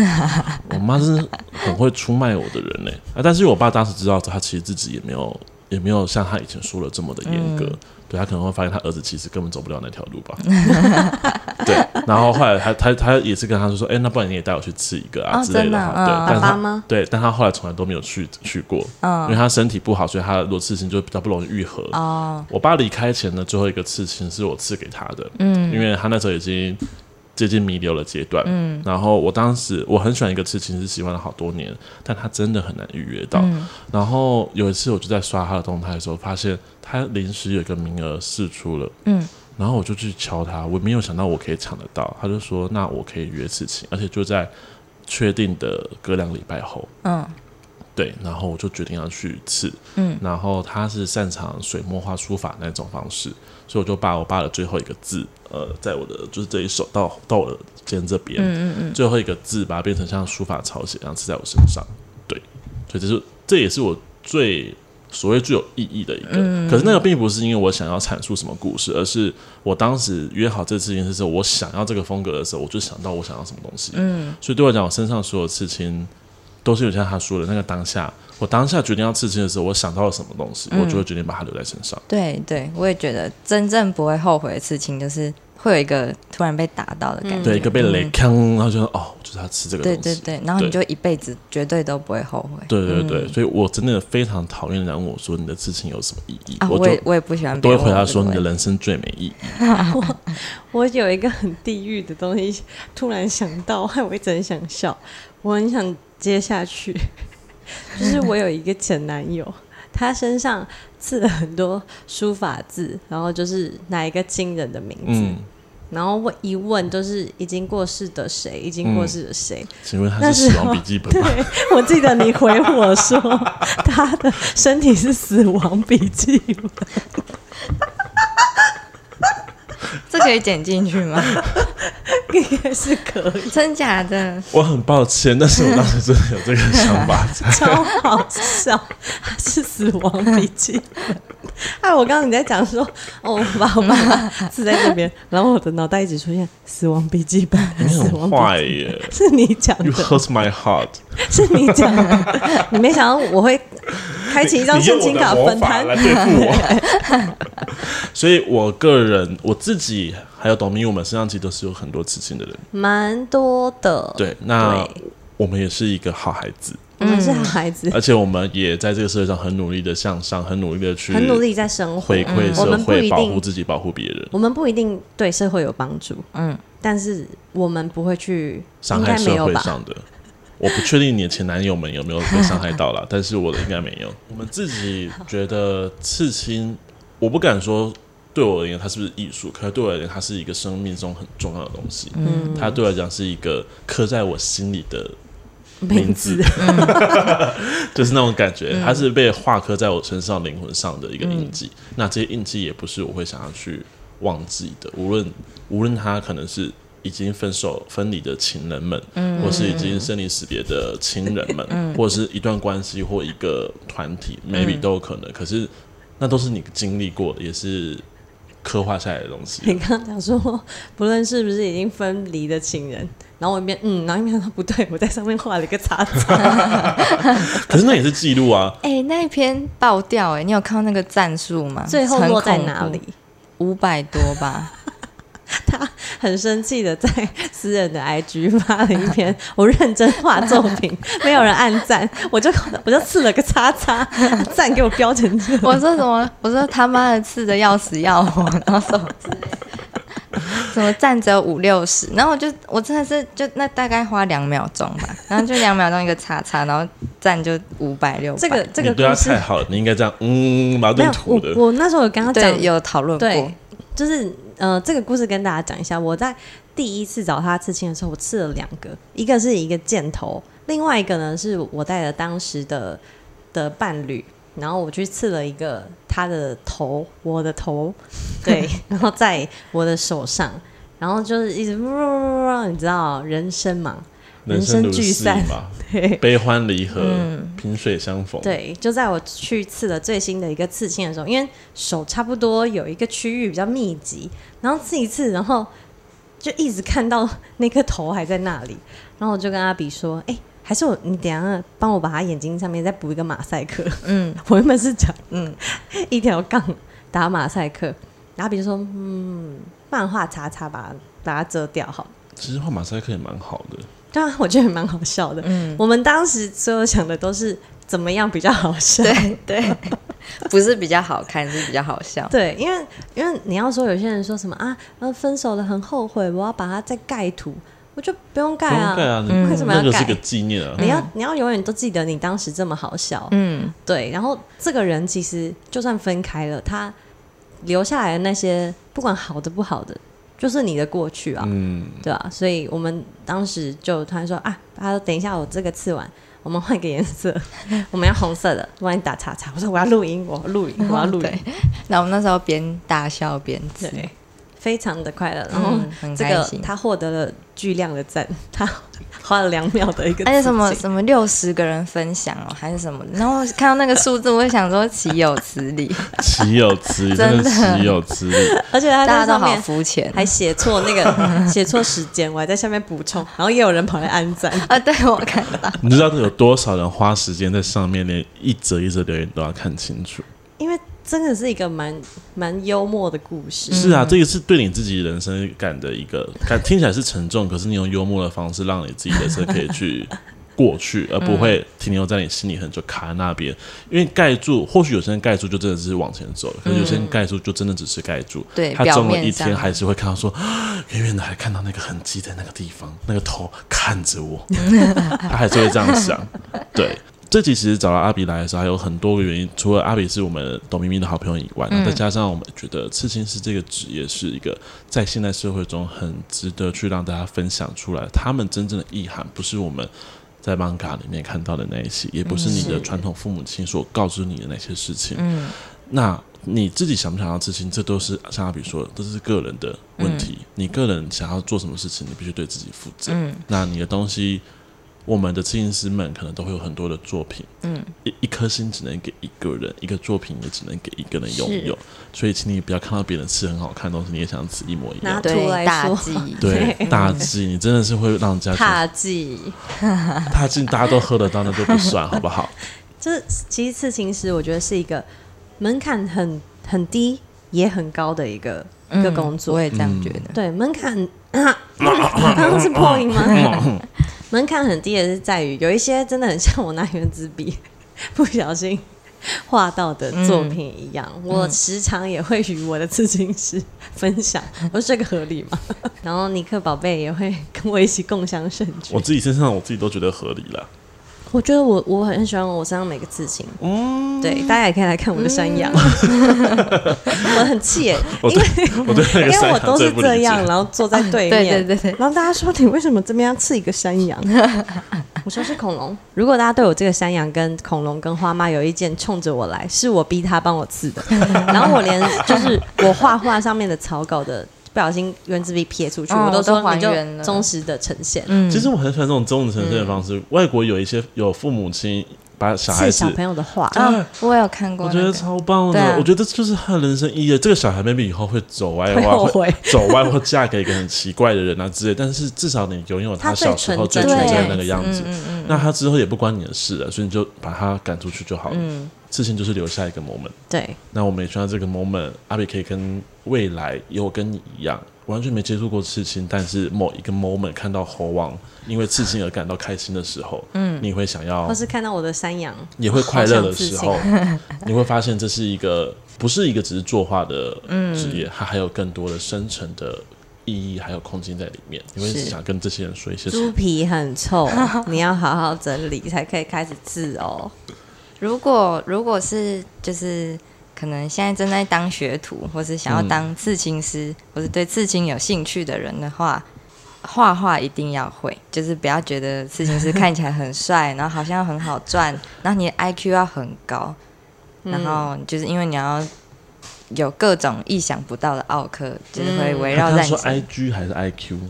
Speaker 2: 我妈是很会出卖我的人呢、啊，但是我爸当时知道，他其实自己也没有也没有像他以前说的这么的严
Speaker 4: 嗯
Speaker 2: 格。对他可能会发现他儿子其实根本走不了那条路吧， 对。然后后来他他他也是跟他说，哎、那不然你也带我去吃一个啊、
Speaker 4: 哦
Speaker 2: 之类
Speaker 4: 真
Speaker 2: 的
Speaker 4: 的嗯
Speaker 2: 哈，对。但是
Speaker 3: 爸
Speaker 2: 他
Speaker 3: 爸吗
Speaker 2: 对，但他后来从来都没有去去过，因为他身体不好，所以他的多刺青就比较不容易愈合。
Speaker 4: 哦，
Speaker 2: 我爸离开前的最后一个刺青是我刺给他的，嗯，因为他那时候已经接近弥留的阶段，嗯，然后我当时我很喜欢一个刺青，是喜欢了好多年，但他真的很难预约到。然后有一次我就在刷他的动态的时候，发现他临时有一个名额试出了，
Speaker 4: 嗯。
Speaker 2: 然后我就去敲他，我没有想到我可以抢得到。他就说：“那我可以约刺青，而且就在确定的隔两个礼拜后。”
Speaker 4: 嗯，
Speaker 2: 对，然后我就决定要去刺，
Speaker 4: 嗯，
Speaker 2: 然后他是擅长水墨画书法那种方式，所以我就把我爸的最后一个字，呃，在我的就是这一手到到我的肩这边，嗯嗯嗯，最后一个字把它变成像书法抄写一样刺在我身上，对，所以这是这也是我最所谓最有意义的一个，可是那个并不是因为我想要阐述什么故事，而是我当时约好这次件事时候，我想要这个风格的时候，我就想到我想要什么东西，嗯，所以对我来讲，我身上所有刺青。都是有像他说的那个当下，我当下决定要刺青的时候，我想到了什么东西，我就会决定把它留在身上。
Speaker 4: 对对，我也觉得真正不会后悔的事情，就是会有一个突然被打到的感觉，
Speaker 2: 对，一个被雷
Speaker 4: 嗯
Speaker 2: 坑，然后就说哦，我就是要吃这个东
Speaker 4: 对
Speaker 2: 西。
Speaker 4: 对对，然后你就一辈子绝对都不会后悔。嗯
Speaker 2: 对对对所以我真的非常讨厌人家问我说你的刺青有什么意义，
Speaker 4: 啊，
Speaker 2: 我
Speaker 4: 我也
Speaker 2: 就
Speaker 4: 我也不喜欢
Speaker 2: 都
Speaker 4: 别人
Speaker 2: 会回
Speaker 4: 问
Speaker 2: 答
Speaker 4: 我这个
Speaker 2: 说
Speaker 4: 问
Speaker 2: 你
Speaker 4: 题。
Speaker 2: 的人生最没意义。
Speaker 3: 我有一个很地狱的东西，突然想到，害我一直很想 笑，我很想接下去。就是我有一个前男友，他身上刺了很多书法字，然后就是哪一个亲人的名字，
Speaker 2: 嗯，
Speaker 3: 然后问一问都是已经过世的谁，已经过世的谁。
Speaker 2: 请问他
Speaker 3: 那
Speaker 2: 是
Speaker 3: 时
Speaker 2: 死
Speaker 3: 候
Speaker 2: 亡笔记本吗？
Speaker 3: 对，我记得你回我 说他的身体是死亡笔记本，
Speaker 4: 这可以剪进去 吗？
Speaker 3: 应该是可以，
Speaker 4: 真假的？
Speaker 2: 我很抱歉，但是我当时真的有这个想法在。
Speaker 3: 超好笑，他是死亡笔记本。哎，我刚刚你在讲说，哦，我把我爸爸字在这边，然后我的脑袋一直出现死亡笔记本，
Speaker 2: 你
Speaker 3: 死亡
Speaker 2: 很
Speaker 3: 笔
Speaker 2: 坏
Speaker 3: 记
Speaker 2: 耶
Speaker 3: 本， 是你讲
Speaker 2: ，You
Speaker 3: 的，
Speaker 2: hurt my heart。
Speaker 3: 是你讲的，你没想到我会开启一张
Speaker 2: 你用
Speaker 3: 申
Speaker 2: 我
Speaker 3: 请
Speaker 2: 的
Speaker 3: 卡
Speaker 2: 魔
Speaker 3: 分
Speaker 2: 法
Speaker 3: 摊
Speaker 2: 来，对付我。 所以，我个人我自己还有董明，我们身上其实都是有很多刺青的人。
Speaker 3: 蛮多的。，
Speaker 2: 对，那
Speaker 3: 对
Speaker 2: 我们也是一个好孩子，
Speaker 3: 我们是好孩子，
Speaker 2: 而且我们也在这个社会上很努力的向上，很努力的嗯去
Speaker 3: 很努力在生活，嗯
Speaker 2: 回馈
Speaker 3: 我
Speaker 2: 社
Speaker 3: 们不
Speaker 2: 会，
Speaker 3: 一
Speaker 2: 保护
Speaker 3: 定，
Speaker 2: 自己，保护别人。
Speaker 3: 我们不一定对社会有帮助，
Speaker 4: 嗯，
Speaker 3: 但是我们不会去，
Speaker 2: 伤
Speaker 3: 应
Speaker 2: 害
Speaker 3: 该没
Speaker 2: 社
Speaker 3: 有
Speaker 2: 会
Speaker 3: 吧？
Speaker 2: 上的。我不确定你的前男友们有没有被伤害到 啦，但是我的应该没有。我们自己觉得刺青，我不敢说对我而言它是不是艺术，可是对我而言它是一个生命中很重要的东西。
Speaker 3: 嗯，
Speaker 2: 它对我来讲是一个刻在我心里的
Speaker 3: 名
Speaker 2: 字，
Speaker 3: 嗯
Speaker 2: 就是那种感觉，它是被划刻在我身上灵魂上的一个印记。
Speaker 3: 嗯
Speaker 2: 那这些印记也不是我会想要去忘记的，无论无论他可能是已经分手分离的情人们，
Speaker 3: 嗯
Speaker 2: 或是已经生离死别的亲人们，或是一段关系或一个团体，maybe
Speaker 3: 嗯
Speaker 2: 都有可能。可是那都是你经历过的，也是刻画下来的东西。啊
Speaker 3: 你刚刚讲说，不论是不是已经分离的情人，然后我一边嗯，然后一边说不对，我在上面画了一个叉 叉，
Speaker 2: 可是那也是记录啊，
Speaker 4: 哎、那一篇爆掉哎、你有看到那个战术吗？
Speaker 3: 最后落在哪里？？
Speaker 4: 五百多吧。
Speaker 3: 他很生气的在 私人的 IG 发了一篇我认真画作品，没有人按赞，我就我就刺了个叉叉， 赞给我标成这样。
Speaker 4: 我说什么？我说他妈的刺的要死要活，然后什么之类的， 什么站着五六十，然后我就我真的是就那大概花两秒钟吧，然后就两秒钟一个叉叉，然后站就五百六百。
Speaker 3: 这个这个
Speaker 2: 哎你对他
Speaker 3: 故事
Speaker 2: 太好了，你应该这样，嗯，把它
Speaker 3: 没
Speaker 2: 用
Speaker 3: 有
Speaker 2: 涂
Speaker 3: 我
Speaker 2: 的。
Speaker 3: 我那时候有跟他讲
Speaker 4: 对有讨论过
Speaker 3: 对，，就是呃，这个故事跟大家讲一下。我在第一次找他刺青的时候，我刺了两个，一个是一个箭头，另外一个呢是我带了当时的的伴侣，然后我去刺了一个他的头，我的头，对，然后在我的手上，然后就是一直，你知道人生嘛，
Speaker 2: 人
Speaker 3: 生
Speaker 2: 如
Speaker 3: 聚
Speaker 2: 戏
Speaker 3: 散
Speaker 2: 嘛，
Speaker 3: 对嗯
Speaker 2: 悲欢离合，萍水相逢。，
Speaker 3: 对，就在我去刺了最新的一个刺青的时候，因为手差不多有一个区域比较密集，然后刺一次，然后就一直看到那颗头还在那里， 然后我就跟阿比说：“哎、还是我你等一下帮我把他眼睛上面再补一个马赛克。”
Speaker 4: 嗯，
Speaker 3: 我原本是讲嗯 一条杠打马赛克，然后阿比就说：“嗯，漫画叉叉吧，把它遮掉好了。”
Speaker 2: 其实画马赛克也蛮好的，
Speaker 3: 对啊，我觉得蛮好笑的。嗯，我们当时所有想的都是怎么样比较好笑。
Speaker 4: 对对， 不是比较好看，是比较好笑。
Speaker 3: 对，因为因为你要说有些人说什么啊，呃，分手了很后悔，我要把它再盖图，我就不用盖
Speaker 2: 不用
Speaker 3: 啊，
Speaker 2: 盖啊，你
Speaker 3: 为什么
Speaker 2: 那
Speaker 3: 要
Speaker 2: 个是
Speaker 3: 盖？
Speaker 2: 个纪念啊。
Speaker 3: 你要你要永远都记得你当时这么好笑，
Speaker 4: 嗯，
Speaker 3: 对。然后这个人其实就算分开了，他留下来的那些不管好的不好的，就是你的过去啊，
Speaker 2: 嗯，
Speaker 3: 对啊，所以我们当时就突然说啊，他说等一下我这个刺完，我们换个颜色， 我们要红色的，我帮你打叉叉。我说我要录音，我要录音，我要录音。
Speaker 4: 对那我们那时候边大笑边吃，
Speaker 3: 对，非常的快乐。然后
Speaker 4: 嗯很
Speaker 3: 这
Speaker 4: 开
Speaker 3: 个
Speaker 4: 心
Speaker 3: 他获得了巨量的赞， 他花了两秒的一个，
Speaker 4: 而且什么？什么六十个人分享哦，还是什么？然后我看到那个数字，我就想说岂有此理，
Speaker 2: 岂有此理，真的
Speaker 4: 真的
Speaker 2: 岂有此 理！
Speaker 3: 而且 他
Speaker 4: 大家都
Speaker 3: 在上
Speaker 4: 好
Speaker 3: 面
Speaker 4: 肤浅哦
Speaker 3: 还写错 那个写错时间，我还在下面补充，然后也有人跑来按赞。
Speaker 4: 啊！对我看 到，
Speaker 2: 你知道有多少人花时间在上面，连一则一则留言都要看清楚？
Speaker 3: 因为真的是一个蛮蛮幽默的故事，
Speaker 2: 是啊，这个是对你自己人生感的一个感，听起来是沉重，可是你用幽默的方式，让你自己人生可以去过去，而
Speaker 3: 嗯
Speaker 2: 不会停留在你心里很久卡在那边。因为盖住，或许有些人盖住就真的是往前走了，可是有些人盖住就真的只是盖住。
Speaker 4: 嗯对
Speaker 2: 他
Speaker 4: 表
Speaker 2: 终了
Speaker 4: 面
Speaker 2: 一
Speaker 4: 上
Speaker 2: 天还是会看到说， 啊远远的还看到那个痕 迹在那个地方，那个头看着我，他还是会这样想。对，这集其实找到阿比来的时候，还有很多个原因，除了阿比是我们董明明的好朋友以
Speaker 4: 嗯
Speaker 2: 外，然后再加上我们觉得刺青师这个职业是一个在现代社会中很值得去让大家分享出来，他们真正的意涵不是我们。在 manga 里面看到的那一些，也不是你的传统父母亲所告知你的那些事情。
Speaker 4: 嗯，
Speaker 2: 那你自己想不想要执行，这都是像阿比说的，这是个人的问题。你个人想要做什么事情，你必须对自己负责。
Speaker 4: 嗯
Speaker 2: 那你的东西，我们的摄影师们可能都会有很多的作品，
Speaker 4: 嗯，
Speaker 2: 一一颗心只能给一个人，一个作品也只能给一个人拥
Speaker 3: 是
Speaker 2: 有。所以，请你不要看到别人吃很好看的东西，你也想吃一模一
Speaker 3: 拿
Speaker 2: 样。
Speaker 3: 图
Speaker 4: 对
Speaker 3: 来
Speaker 4: 大
Speaker 3: 说
Speaker 4: 忌，
Speaker 2: 对，大忌，你真的是会让人家觉得
Speaker 3: 踏迹。
Speaker 2: 踏进大家都喝得到，那就不算，好不好？
Speaker 3: 这其实刺青师，我觉得是一个门槛很很低也很高的一个、一个
Speaker 4: 嗯
Speaker 3: 工作
Speaker 4: 我。也这样觉
Speaker 2: 嗯
Speaker 4: 得。
Speaker 3: 对，门槛啊，刚刚是破音吗？门槛很低的是在于有一些真的很像我拿原子笔 不小心画到的作品一样，我时常也会与我的刺青师分享，我说这个合理吗？ 然后尼克宝贝也会跟我一起共享盛举
Speaker 2: 我。自己身上我自己都觉得合理了。
Speaker 3: 我觉得我我很喜欢我身上每个刺青，
Speaker 2: 嗯，
Speaker 3: 对，大家也可以来看我的山羊， 我很气耶，
Speaker 2: 我对我对那 个
Speaker 3: 因为
Speaker 2: 山
Speaker 3: 我
Speaker 2: 羊
Speaker 3: 都
Speaker 2: 最
Speaker 3: 是
Speaker 2: 不理
Speaker 3: 这
Speaker 2: 解
Speaker 3: 样，然后坐在对面，
Speaker 4: 对 对对对，
Speaker 3: 然后大家说你为什么这边要刺一个山羊？ 我说是恐龙。如果大家对我这个山羊跟恐龙跟花妈有意见，冲着我来，是我逼他帮我刺的。 然后我连就是我画画上面的草稿的。不小心原子笔撇出去，
Speaker 4: 哦
Speaker 3: 我都
Speaker 4: 我
Speaker 3: 说
Speaker 4: 都还
Speaker 3: 你就
Speaker 4: 原了
Speaker 3: 忠实的呈现。
Speaker 4: 嗯，
Speaker 2: 其实我很喜欢这种中文呈
Speaker 3: 嗯
Speaker 2: 现的方式。外国有一些有父母亲把小孩
Speaker 3: 是
Speaker 2: 子
Speaker 3: 小，朋友的哦画，
Speaker 2: 啊
Speaker 4: 啊，我有看过
Speaker 2: 我
Speaker 4: 那
Speaker 2: 觉
Speaker 4: 个，
Speaker 2: 得超棒的。
Speaker 4: 对啊
Speaker 2: 我觉得这就是他的人生意义。这个小孩 maybe 以后会走歪
Speaker 3: 会
Speaker 2: 哇，
Speaker 3: 后悔
Speaker 2: 走歪或嫁给一个很奇怪的人啊之类。但是至少你拥有
Speaker 3: 他最
Speaker 2: 小时候最
Speaker 3: 纯
Speaker 2: 纯
Speaker 3: 真
Speaker 2: 真的
Speaker 3: 的
Speaker 2: 那个样
Speaker 4: 嗯
Speaker 2: 子。
Speaker 4: 嗯嗯，
Speaker 2: 那他之后也不关你的事了，所以你就把他赶出去就好了。
Speaker 3: 嗯
Speaker 2: 事情就是留下一个 moment。
Speaker 3: 对，
Speaker 2: 那我们也希望这个 moment，阿比可以跟未来也有跟你一样，完全没接触过刺青，但是某一个 moment 看到猴王因为刺青而感到开心的时候，嗯，你会想要
Speaker 3: 或，是看到我的山羊，
Speaker 2: 也会快乐的时候， 你会发现这是一个不是一个只是作画的
Speaker 4: 嗯
Speaker 2: 职业，它还有更多的深层的意义，还有空间在里面。你会
Speaker 4: 是
Speaker 2: 想跟这些人说一些什
Speaker 3: 猪
Speaker 2: 么？
Speaker 3: 皮很臭，你要好好整理才可以开始刺哦。
Speaker 4: 如果如果是就是可能现在正在当学徒，或是想
Speaker 2: 嗯
Speaker 4: 要当刺青师，或是对刺青有兴趣的人的话，画画一定要会，就是不要觉得刺青师看起来很 帅，然后好像很好赚，然后你的 IQ 要很高，
Speaker 3: 嗯
Speaker 4: 然后就是因为你要有各种意想不到的奥克，就是会围
Speaker 2: 嗯他
Speaker 4: 绕
Speaker 2: 刚
Speaker 4: 在
Speaker 2: 说
Speaker 4: 你身。
Speaker 2: I G 还是 I Q？哦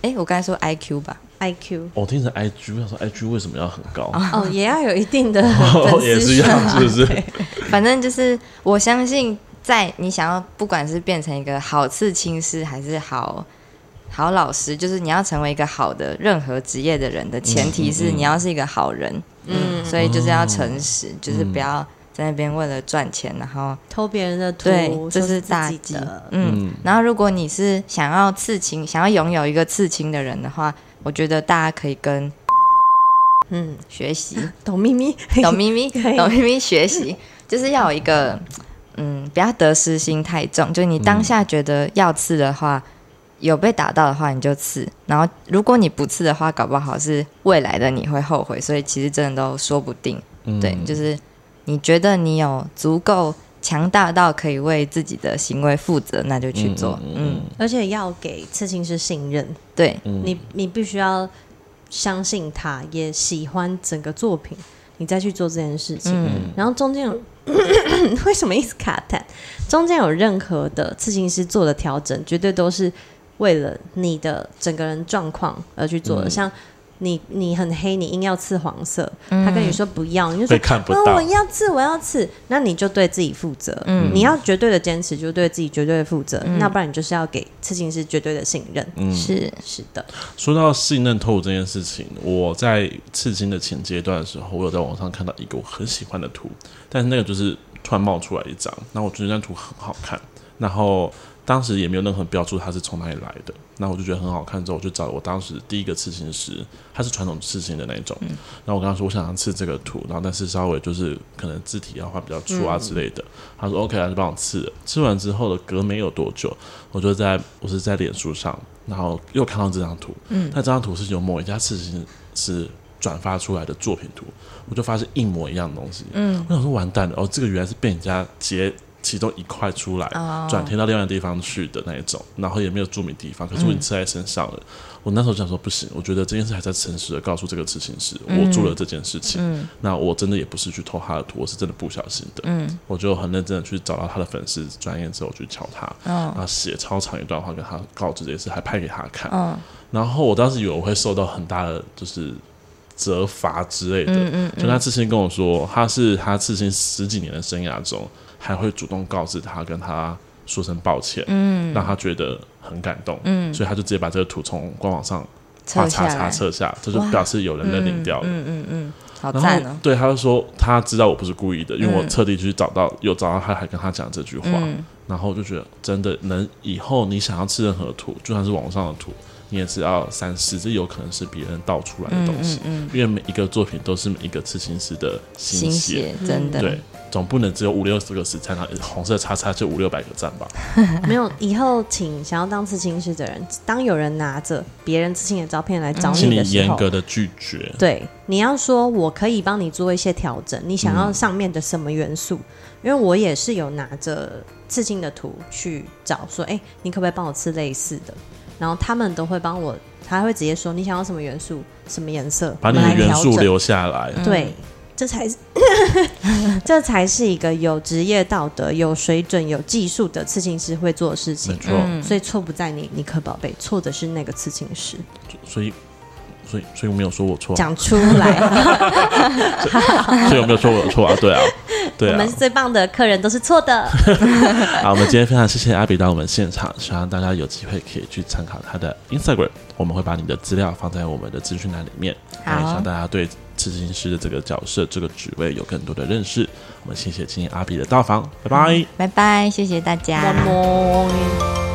Speaker 4: 哎、我刚才说 IQ 吧，
Speaker 3: IQ
Speaker 2: 我、听成 I G，我想说 I G 为什么要很高？
Speaker 3: 哦，也要有一定的
Speaker 2: 哦，
Speaker 3: 粉
Speaker 2: 也是一
Speaker 3: 丝啊数
Speaker 2: 样，是不是？
Speaker 4: 反正就是我相信，在你想要不管是变成一个好刺青师，还是好好老师，就是你要成为一个好的任何职业的人的前提是
Speaker 2: 嗯嗯
Speaker 4: 你要是一个好人，
Speaker 3: 嗯，
Speaker 4: 所以就是要诚实，就是不要在那边为了赚钱，然后
Speaker 3: 偷别人的
Speaker 4: 对，
Speaker 3: 嗯图，
Speaker 4: 这
Speaker 3: 说
Speaker 4: 是
Speaker 3: 自
Speaker 4: 大
Speaker 3: 己
Speaker 4: 忌
Speaker 3: 的。。
Speaker 4: 嗯，然后如果你是想要刺青，想要拥有一个刺青的人的话，我觉得大家可以跟
Speaker 3: 嗯，
Speaker 4: 学习。
Speaker 3: 懂咪咪，
Speaker 4: 懂咪咪，
Speaker 3: 可以
Speaker 4: 懂咪咪学习，就是要有一个嗯，不要得失心太重。就你
Speaker 2: 嗯
Speaker 4: 当下觉得要刺的话，有被打到的话你就刺，然后如果你不刺的话，搞不好是未来的你会后悔。所以其实真的都说不定。
Speaker 2: 嗯
Speaker 4: 对，就是你觉得你有足够强大到可以为自己的行为负责，那就去做。嗯，
Speaker 3: 而且要给刺青师信任，
Speaker 4: 对，
Speaker 2: 嗯
Speaker 3: 你你必须要相信他，也喜欢整个作品，你再去做这件事情。
Speaker 4: 嗯
Speaker 3: 然后中间有 为什么一直卡痰？中间有任何的刺青师做的调整，绝对都是为了你的整个人状况而去做的。
Speaker 2: 嗯
Speaker 3: 像你你很黑，你硬要刺黄色，
Speaker 4: 嗯
Speaker 3: 他跟你说不要，你就说
Speaker 2: 被看不
Speaker 3: 啊、
Speaker 2: 到
Speaker 3: 我，要刺，我要刺，那你就对自己负责。
Speaker 4: 嗯
Speaker 3: 你要绝对的坚持，就对自己绝对的负责，
Speaker 4: 嗯
Speaker 3: 那不然你就是要给刺青师绝对的信任。
Speaker 2: 嗯，
Speaker 4: 是，
Speaker 3: 是的，
Speaker 2: 说到信任透露这件事情，我在刺青的前阶段的时候，我有在网上看到一个我很喜欢的图，但是那个就是突然冒出来一张，那我觉得那张图很好看，然后当时也没有任何标注它是从哪里来的，那我就觉得很好看，之后我就找我当时第一个刺青师，他是传统刺青的那一种，然后我跟他说我想要刺这个图，然后但是稍微就是可能字体要画比较粗啊之类的，他说 OK，他就帮我刺了，刺完之后的隔没有多久，我就在我是在脸书上，然后又看到这张图，嗯，那这张图是由某一家刺青师转发出来的作品图，我就发现一模一样的东西。嗯，我想说完蛋了，哦，这个原来是被人家截其中一块出来，转贴到另外的地方去的那一种，然后也没有注明地方，可是我已经吃在身上了。我那时候想说不行，我觉得这件事还在诚实的告诉这个事情是、我做了这件事情，那我真的也不是去偷他的图，我是真的不小心的。嗯，我就很认真的去找到他的粉丝专业之后去敲他，然后写超长一段话跟他告知这件事，还拍给他看。然后我当时以为我会受到很大的就是责罚之类的，
Speaker 4: 嗯
Speaker 2: 就他事先跟我说，他是他事先十几年的生涯中，还会主动告知他，跟他说声抱歉，嗯，让他觉得很感动，嗯，所以他就直接把这个图从官网上
Speaker 4: 撤下
Speaker 2: 叉叉叉
Speaker 4: 来，嗯
Speaker 2: 撤下，这就表示有人认领掉了。
Speaker 4: 好赞哦！
Speaker 2: 然后
Speaker 4: 嗯
Speaker 2: 对他就说他知道我不是故意的，因为我特地去找到有找到他，还跟他讲这句话，然后我就觉得真的能以后你想要吃任何图，就算是网络上的图，你也只要三思，这有可能是别人倒出来的东
Speaker 4: 嗯
Speaker 2: 西，因为每一个作品都是每一个刺青师的
Speaker 4: 心
Speaker 2: 心血
Speaker 4: 血，
Speaker 2: 嗯
Speaker 4: 真的，
Speaker 2: 对，总不能只有五六十个十赞，然后红色叉叉就五六百个赞吧？
Speaker 3: 没有，以后请想要当刺青师的人，当有人拿着别人刺青的照片来找
Speaker 2: 请
Speaker 3: 你
Speaker 2: 你
Speaker 3: 的时
Speaker 2: 严
Speaker 3: 候，
Speaker 2: 格的拒绝。
Speaker 3: 对，你要说我可以帮你做一些调整，你想要上面的什么元素？因为我也是有拿着刺青的图去找，说，哎、你可不可以帮我刺类似的？然后他们都会帮我，他会直接说你想要什么元素、什么颜色，
Speaker 2: 把你
Speaker 3: 我们
Speaker 2: 的
Speaker 3: 来
Speaker 2: 元
Speaker 3: 调
Speaker 2: 素
Speaker 3: 整
Speaker 2: 留嗯下来，
Speaker 3: 对，这才是 这才是一个有职业道德、有水准、有技术的刺青师会做的事
Speaker 2: 没
Speaker 3: 情。
Speaker 2: 错。
Speaker 3: 所以错不在你，尼克宝贝，错的是那个刺青师。
Speaker 2: 所以，所以，所以我没有说我错啊，
Speaker 3: 讲出来，
Speaker 2: 所以我没有说我错啊，对啊，对
Speaker 3: 我
Speaker 2: 啊
Speaker 3: 们。是最棒的客人都是错的。
Speaker 2: 好，我们今天非常谢谢阿比到我们现场，希望大家有机会可以去参考他的 Instagram，我们会把你的资料放在我们的资讯栏里面，那也希望大家对刺青师的这个角色、这个职位有更多的认识。我们谢谢今天阿比的到访，拜拜。
Speaker 4: 拜拜，谢谢大家。
Speaker 3: 么么。